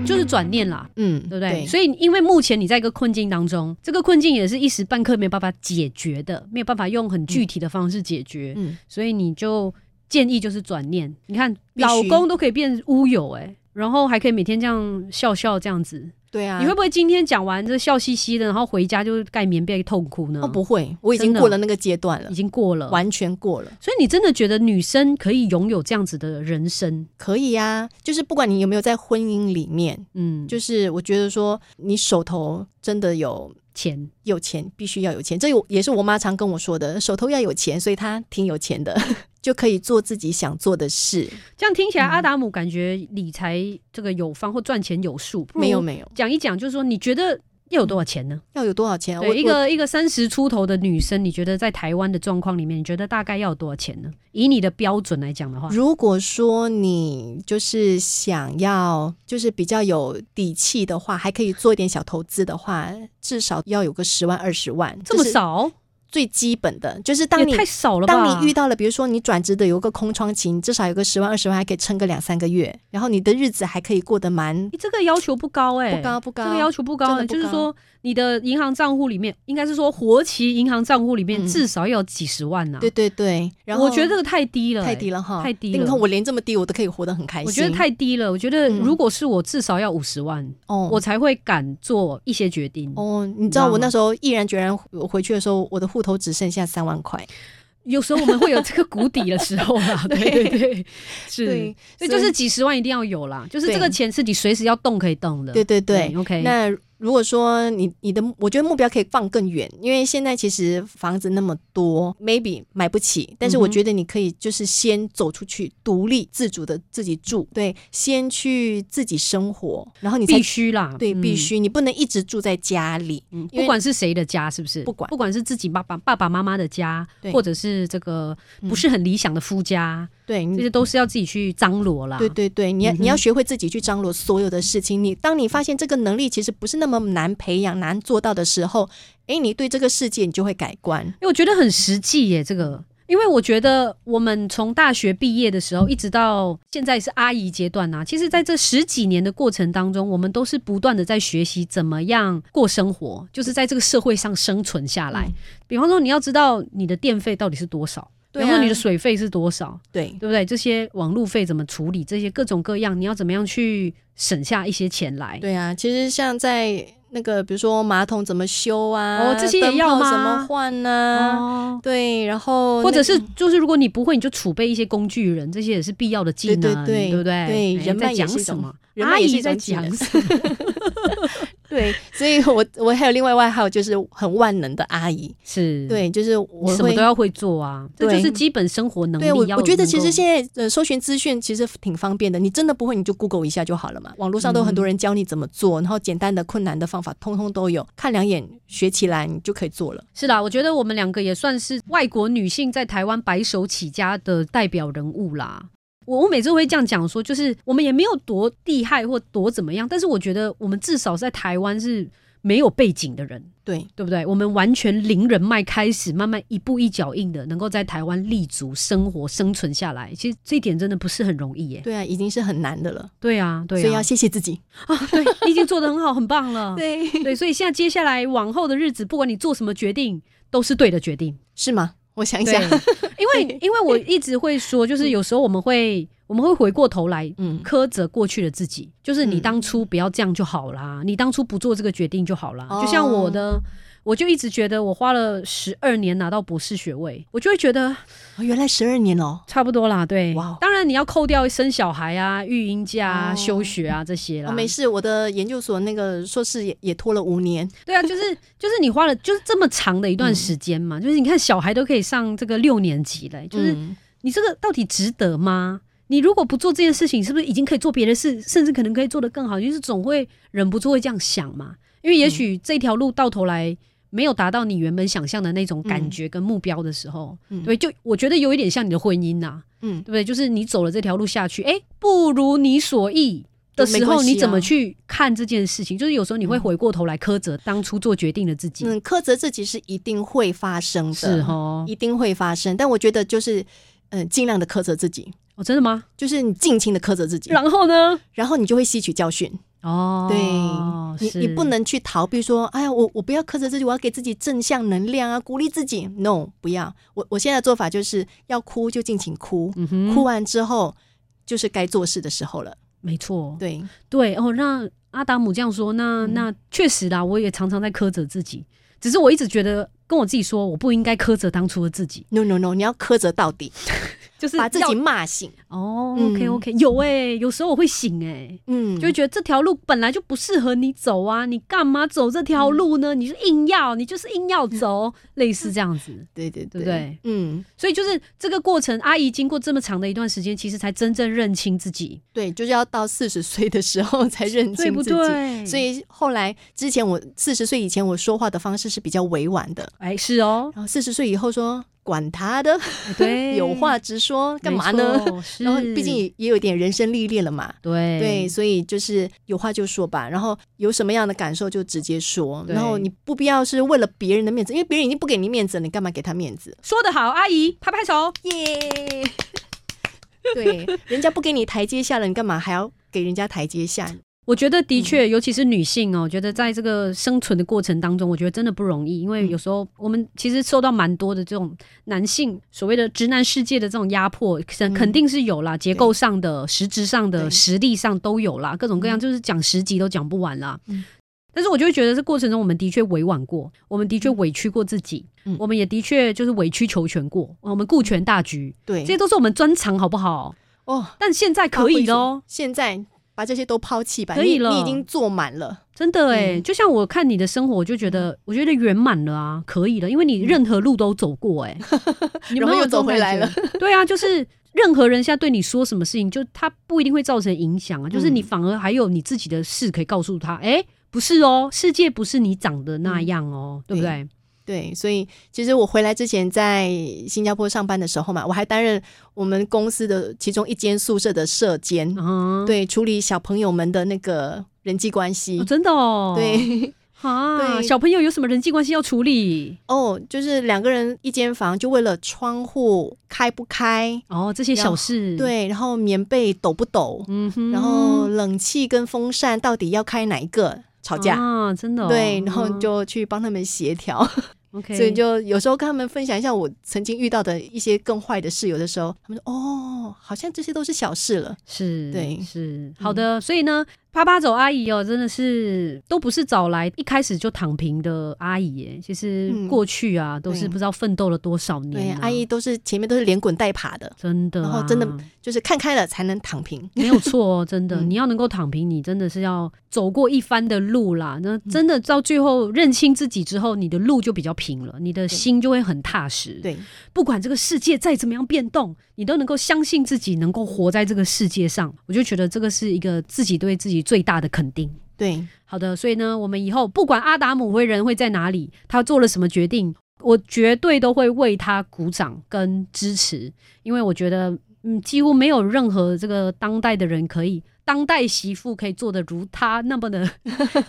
Speaker 4: 就是转念啦，
Speaker 3: 嗯，
Speaker 4: 对不对？
Speaker 3: 对
Speaker 4: 所以，因为目前你在一个困境当中，这个困境也是一时半刻没有办法解决的，没有办法用很具体的方式解决，
Speaker 3: 嗯
Speaker 4: 所以你就建议就是转念。你看，
Speaker 3: 必须
Speaker 4: 老公都可以变乌有哎、然后还可以每天这样笑笑这样子，
Speaker 3: 对啊，
Speaker 4: 你会不会今天讲完这笑嘻嘻的，然后回家就盖棉被痛哭呢？
Speaker 3: 哦不会，我已
Speaker 4: 真
Speaker 3: 经
Speaker 4: 的
Speaker 3: 过了那个阶段了
Speaker 4: 已，经过了。
Speaker 3: 完全过了。
Speaker 4: 所以你真的觉得女生可以拥有这样子的人生？
Speaker 3: 可以呀、就是不管你有没有在婚姻里面，
Speaker 4: 嗯，就
Speaker 3: 就是我觉得说你手头真的有
Speaker 4: 钱
Speaker 3: 有钱，必须要有钱，这有也是我妈常跟我说的，手头要有钱，所以她挺有钱的， [laughs] 就可以做自己想做的事。
Speaker 4: 这样听起来，阿达姆感觉理财这个有方或赚钱有数，不如
Speaker 3: 没有没有，
Speaker 4: 讲一讲，就是说你觉得要有多少钱呢？
Speaker 3: 要有多少钱啊？我
Speaker 4: 对，一
Speaker 3: 我
Speaker 4: 个一个三十出头的女生，你觉得在台湾的状况里面，你觉得大概要有多少钱呢？以你的标准来讲的话，
Speaker 3: 如果说你就是想要就是比较有底气的话，还可以做一点小投资的话，至少要有个十万二十万，
Speaker 4: 这么
Speaker 3: 是
Speaker 4: 少，
Speaker 3: 最基本的，就是当
Speaker 4: 也
Speaker 3: 你
Speaker 4: 太少了吧？
Speaker 3: 当你遇到了，比如说你转职的有个空窗期，你至少有个十万二十万，还可以撑个两三个月，然后你的日子还可以过得蛮
Speaker 4: 你这个要求不高哎、
Speaker 3: 不高不高
Speaker 4: 这个要求不高、
Speaker 3: 真的
Speaker 4: 欸，
Speaker 3: 不
Speaker 4: 就
Speaker 3: 高
Speaker 4: 是说你的银行账户里面，应该是说活期银行账户里面
Speaker 3: 嗯
Speaker 4: 至少要有几十万啊呐、
Speaker 3: 对对对。然后
Speaker 4: 我觉得这个太低了、
Speaker 3: 太低
Speaker 4: 了。
Speaker 3: 了哈，
Speaker 4: 太低了
Speaker 3: 你看我连这么低我都可以活得很开心，
Speaker 4: 我觉得太低了，我觉得
Speaker 3: 嗯
Speaker 4: 如果是我，至少要五十万，
Speaker 3: 哦
Speaker 4: 我才会敢做一些决定。
Speaker 3: 哦，你知
Speaker 4: 道
Speaker 3: 道我
Speaker 4: 吗
Speaker 3: 那时候毅然决然我回去的时候，我的户头只剩下三万块。
Speaker 4: 有时候我们会有这个谷底的时候
Speaker 3: [laughs]
Speaker 4: 啦，对对对，是，
Speaker 3: 对
Speaker 4: 所以
Speaker 3: 所
Speaker 4: 就
Speaker 3: 以
Speaker 4: 是几十万一定要有啦，就是这个
Speaker 3: 对
Speaker 4: 钱是你随时要动可以动的，
Speaker 3: 对对对，
Speaker 4: 嗯，OK，
Speaker 3: 那如果说你你的，我觉得目标可以放更远，因为现在其实房子那么多，maybe 买不起，但是我
Speaker 4: 嗯哼
Speaker 3: 觉得你可以就是先走出去，独立自主的自己住，对，先去自己生活，然后你才
Speaker 4: 必须啦，
Speaker 3: 对
Speaker 4: 嗯
Speaker 3: 必。须，你不能一直住在家里，
Speaker 4: 嗯
Speaker 3: 因为
Speaker 4: 不管是谁的家，是不是？
Speaker 3: 不管
Speaker 4: 不管是自己爸爸爸爸妈妈的家，
Speaker 3: 对
Speaker 4: 或者是这个
Speaker 3: 嗯
Speaker 4: 不是很理想的夫家，
Speaker 3: 对，
Speaker 4: 这
Speaker 3: 你
Speaker 4: 些都是要自己去张罗啦。
Speaker 3: 对对对，你要、
Speaker 4: 嗯哼
Speaker 3: 你要学会自己去张罗所有的事情。你当你发现这个能力其实不是那么么难培养、难做到的时候，诶，你对这个世界你就会改观。
Speaker 4: 因哎为我觉得很实际耶，这个。因为我觉得我们从大学毕业的时候，一直到现在是阿姨阶段啊。其实，在这十几年的过程当中，我们都是不断的在学习怎么样过生活，就是在这个社会上生存下来。
Speaker 3: 嗯
Speaker 4: 比方说，你要知道你的电费到底是多少，
Speaker 3: 对
Speaker 4: 比方
Speaker 3: 啊
Speaker 4: 说你的水费是多少，
Speaker 3: 对，
Speaker 4: 对不对？这些网路费怎么处理，这些各种各样，你要怎么样去省下一些钱来？
Speaker 3: 对啊，其实像在那个，比如说马桶怎么修啊，
Speaker 4: 哦这些也
Speaker 3: 灯
Speaker 4: 要
Speaker 3: 泡
Speaker 4: 吗
Speaker 3: 怎么换呢、
Speaker 4: 哦，
Speaker 3: 对，然后
Speaker 4: 或者
Speaker 3: 那
Speaker 4: 是就是如果你不会，你就储备一些工具人，这些也是必要的技能，
Speaker 3: 对对对
Speaker 4: 不对？
Speaker 3: 对
Speaker 4: 哎
Speaker 3: 人脉
Speaker 4: 在
Speaker 3: 也
Speaker 4: 讲
Speaker 3: 是一
Speaker 4: 什
Speaker 3: 种
Speaker 4: 么？
Speaker 3: 人
Speaker 4: 阿
Speaker 3: 脉也是
Speaker 4: 姨
Speaker 3: 一
Speaker 4: 在
Speaker 3: 种技
Speaker 4: 讲
Speaker 3: 能 [laughs]
Speaker 4: 什么？
Speaker 3: 对，所以我我还有另外外号就是很万能的阿姨，
Speaker 4: 是，
Speaker 3: 对，就是
Speaker 4: 嗯你
Speaker 3: 我
Speaker 4: 什么
Speaker 3: 会
Speaker 4: 都要会做啊，这就
Speaker 3: 对
Speaker 4: 是基本生活能力
Speaker 3: 对
Speaker 4: 要
Speaker 3: 我，我觉得
Speaker 4: 能
Speaker 3: 其
Speaker 4: 够
Speaker 3: 实现在呃，搜寻资讯其实挺方便的。你真的不会，你就 Google 一下就好了嘛。网络上都有
Speaker 4: 嗯
Speaker 3: 很多人教你怎么做，然后简单的、困难的方法，通通都有。看两眼学起来，你就可以做了。
Speaker 4: 是啦，我觉得我们两个也算是外国女性在台湾白手起家的代表人物啦。我我每次会这样讲说，就是我们也没有多厉害或多怎么样，但是我觉得我们至少在台湾是没有背景的人，
Speaker 3: 对，
Speaker 4: 对不对？我们完全零人脉开始，慢慢一步一脚印的，能够在台湾立足、生活、生存下来，其实这一点真的不是很容易耶。
Speaker 3: 对啊，已经是很难的了，
Speaker 4: 对啊，对
Speaker 3: 所以
Speaker 4: 啊 [laughs] 嗯
Speaker 3: 要，谢谢自己。
Speaker 4: 啊，对你已经做得很好，很棒了。
Speaker 3: [laughs] 对，
Speaker 4: 对，所以现在接下来往后的日子，不管你做什么决定，都是对的
Speaker 3: [laughs]
Speaker 4: 决定。
Speaker 3: 是吗？我想一嗯
Speaker 4: 对
Speaker 3: 想，，
Speaker 4: 因为因为我一直会说，就是有时候我们会我们会回过头来
Speaker 3: 嗯，
Speaker 4: 苛责过去的自己，就是你
Speaker 3: 嗯
Speaker 4: 当初不要这样就好啦，你当初不做这个决定就好啦。
Speaker 3: 哦
Speaker 4: 就像我的，我就一直觉得我花了十二年拿到博士学位，我就会觉得
Speaker 3: 哦原来十二年哦。
Speaker 4: 差不多啦。对
Speaker 3: 哇哦，
Speaker 4: 当然你要扣掉生小孩啊、育婴假啊、
Speaker 3: 哦
Speaker 4: 休学啊这些啦，
Speaker 3: 哦，没事，我的研究所那个硕士也也拖了五年，
Speaker 4: 对啊，就是就是你花了就是这么长的一
Speaker 3: 嗯
Speaker 4: 段时间嘛，就是你看小孩都可以上这个六年级了、就是
Speaker 3: 嗯
Speaker 4: 你这个到底值得吗？你如果不做这件事情，是不是已经可以做别的事，甚至可能可以做得更好？就是总会忍不住会这样想嘛，因为也
Speaker 3: 嗯
Speaker 4: 许这条路到头来没有达到你原本想象的那种感觉跟目标的时候，
Speaker 3: 嗯
Speaker 4: 对，就我觉得有一点像你的婚姻呐、
Speaker 3: 嗯
Speaker 4: 对，不对？就是你走了这条路下去，哎，不如你所意的时
Speaker 3: 就没
Speaker 4: 候，
Speaker 3: 关系啊
Speaker 4: 你怎么去看这件事情？就是有时候你会回过头来苛责当初做决定的自己，
Speaker 3: 嗯，苛责自己是一定会发生的，
Speaker 4: 是哦，
Speaker 3: 一定会发生。但我觉得就是，嗯、尽量的苛责自己，
Speaker 4: 哦，真的吗？
Speaker 3: 就是你尽情的苛责自己，
Speaker 4: 然后呢？
Speaker 3: 然后你就会吸取教训。
Speaker 4: 哦，
Speaker 3: 对，
Speaker 4: 是
Speaker 3: 你你不能去逃避说，哎呀，我我不要苛责自己，我要给自己正向能量啊，鼓励自己。No，不要。我我现在的做法就是要哭就尽情哭，
Speaker 4: 嗯哼，
Speaker 3: 哭完之后就是该做事的时候了。
Speaker 4: 没错，
Speaker 3: 对，
Speaker 4: 对哦。那阿达姆这样说，那、
Speaker 3: 嗯
Speaker 4: 那确实啦，我也常常在苛责自己，只是我一直觉得跟我自己说，我不应该苛责当初的自己，
Speaker 3: no no no，你要苛责到底，
Speaker 4: 就是
Speaker 3: 把自己
Speaker 4: 要
Speaker 3: 骂醒。
Speaker 4: 哦、
Speaker 3: 嗯
Speaker 4: o k OK，有哎、有时候我会醒哎、
Speaker 3: 嗯，
Speaker 4: 就会觉得这条路本来就不适合你走啊，你干嘛走这条
Speaker 3: 嗯
Speaker 4: 路呢？你就硬要，你就是硬要走，类似这样子。
Speaker 3: 对对
Speaker 4: 对不对？
Speaker 3: 嗯，
Speaker 4: 所以就是这个过程，阿姨经过这么长的一段时间，其实才真正认清自己，
Speaker 3: 对，就是要到四十岁的时候才认清自己。
Speaker 4: 对不对？
Speaker 3: 所以后来之前我四十岁以前我说话的方式是比较委婉的，
Speaker 4: 哎，是哦，哎
Speaker 3: 然后四十岁以后说管他的，
Speaker 4: 对，
Speaker 3: [laughs] 有话直说，干嘛
Speaker 4: 没
Speaker 3: 呢？
Speaker 4: 错？
Speaker 3: [laughs]
Speaker 4: 是
Speaker 3: 然后毕竟也也有一点人生历练了嘛，
Speaker 4: 对
Speaker 3: 对，所以就是有话就说吧，然后有什么样的感受就直接说，
Speaker 4: 对
Speaker 3: 然后你不必要是为了别人的面子，因为别人已经不给你面子了，你干嘛给他面子？
Speaker 4: 说得好，阿姨拍拍手。
Speaker 3: 耶、对，人家不给你台阶下了，你干嘛还要给人家台阶下？
Speaker 4: 我觉得的确，尤其是女性哦，我觉得在这个生存的过程当中，我觉得真的不容易，因
Speaker 3: 嗯
Speaker 4: 为有时候我们其实受到蛮多的这种男性所谓的直男世界的这种压迫，肯
Speaker 3: 嗯
Speaker 4: 肯定是有啦，结构上的、实质上的、
Speaker 3: 对
Speaker 4: 实力上都有啦，各种各样，就是讲十集都讲不完啦。
Speaker 3: 嗯
Speaker 4: 但是我就会觉得，这过程中我们的确委婉过，我们的确委屈过自己，
Speaker 3: 嗯
Speaker 4: 我们也的确就是委曲求全过，我们顾全大局，
Speaker 3: 对
Speaker 4: 这，些都是我们专长，好不好？
Speaker 3: 哦，
Speaker 4: 但现在可以哦喽，
Speaker 3: 现在把这些都抛弃吧，
Speaker 4: 可以
Speaker 3: 你
Speaker 4: 了
Speaker 3: 你已经做满了。
Speaker 4: 真的哎、
Speaker 3: 嗯
Speaker 4: 就像我看你的生活，我就觉得，我觉得圆满了啊，可以了，因为你任何路都走
Speaker 3: [laughs]
Speaker 4: 过哎、
Speaker 3: 嗯
Speaker 4: 你
Speaker 3: 然后
Speaker 4: 们
Speaker 3: 又走回来了。 [laughs]
Speaker 4: 对啊，就是任何人现在对你说什么事情，就他不一定会造成影响
Speaker 3: 嗯
Speaker 4: 啊，就是你反而还有你自己的事可以告诉他，哎、不是哦，世界不是你长的那样哦，
Speaker 3: 嗯
Speaker 4: 对不对？
Speaker 3: 对，所以其实我回来之前在新加坡上班的时候嘛，我还担任我们公司的其中一间宿舍的舍监，
Speaker 4: 啊，
Speaker 3: 对，处理小朋友们的那个人际关系。
Speaker 4: 哦真的哦，
Speaker 3: 对， [laughs]
Speaker 4: 啊，
Speaker 3: 对
Speaker 4: 小朋友有什么人际关系要处理？
Speaker 3: 哦，就是两个人一间房，就为了窗户开不开，
Speaker 4: 哦，这些小事，，
Speaker 3: 对，然后棉被抖不抖，
Speaker 4: 嗯哼，
Speaker 3: 然后冷气跟风扇到底要开哪一个，吵架。
Speaker 4: 啊，真的哦、
Speaker 3: 对，然后
Speaker 4: 嗯
Speaker 3: 就去帮他们协调，
Speaker 4: OK，
Speaker 3: 所以就有时候跟他们分享一下我曾经遇到的一些更坏的事，有的时候他们说哦，好像这些都是小事了。
Speaker 4: 是，
Speaker 3: 对嗯
Speaker 4: 是好的。所以呢，啪啪走阿姨哦，真的是都不是找来一开始就躺平的阿姨耶。其实
Speaker 3: 嗯
Speaker 4: 过去啊，都是
Speaker 3: 对
Speaker 4: 不知道奋斗了多少
Speaker 3: 对
Speaker 4: 年、，啊。
Speaker 3: 阿姨都是前面都是连滚带爬的，
Speaker 4: 真的、啊，
Speaker 3: 然后真的 [laughs] 就是看开了才能躺平。
Speaker 4: 没有错哦，真的，
Speaker 3: 嗯
Speaker 4: 你要能够躺平，你真的是要走过一番的路啦。那
Speaker 3: 嗯
Speaker 4: 真的到最后认清自己之后，你的路就比较平了，你的心就会很踏实。
Speaker 3: 对，
Speaker 4: 不管这个世界再怎么样变动，你都能够相信自己能够活在这个世界上，我就觉得这个是一个自己对自己最大的肯定。
Speaker 3: 对，
Speaker 4: 好的，所以呢，我们以后不管阿达姆会人会在哪里，他做了什么决定，我绝对都会为他鼓掌跟支持，因为我觉得，嗯，几乎没有任何这个当代的人可以。当代媳妇可以做的如他 [laughs] 那么的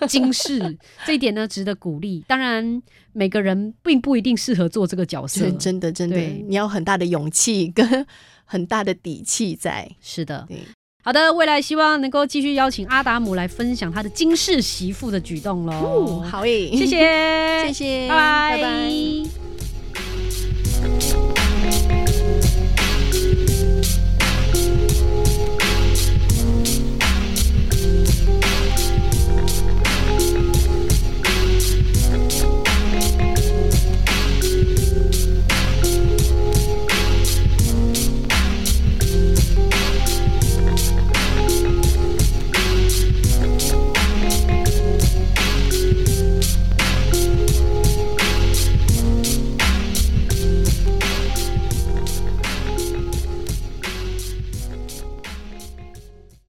Speaker 4: 惊世，这一点呢值得鼓励。当然，每个人并不一定适合做这个角色
Speaker 3: 真，真的真的
Speaker 4: 对，
Speaker 3: 你要很大的勇气跟很大的底气在。
Speaker 4: 是的。
Speaker 3: 对，
Speaker 4: 好的，未来希望能够继续邀请阿达姆来分享他的惊世媳妇的举动喽。
Speaker 3: 哦，，好诶，
Speaker 4: 谢谢，
Speaker 3: 谢谢，
Speaker 4: 拜拜。
Speaker 3: 拜拜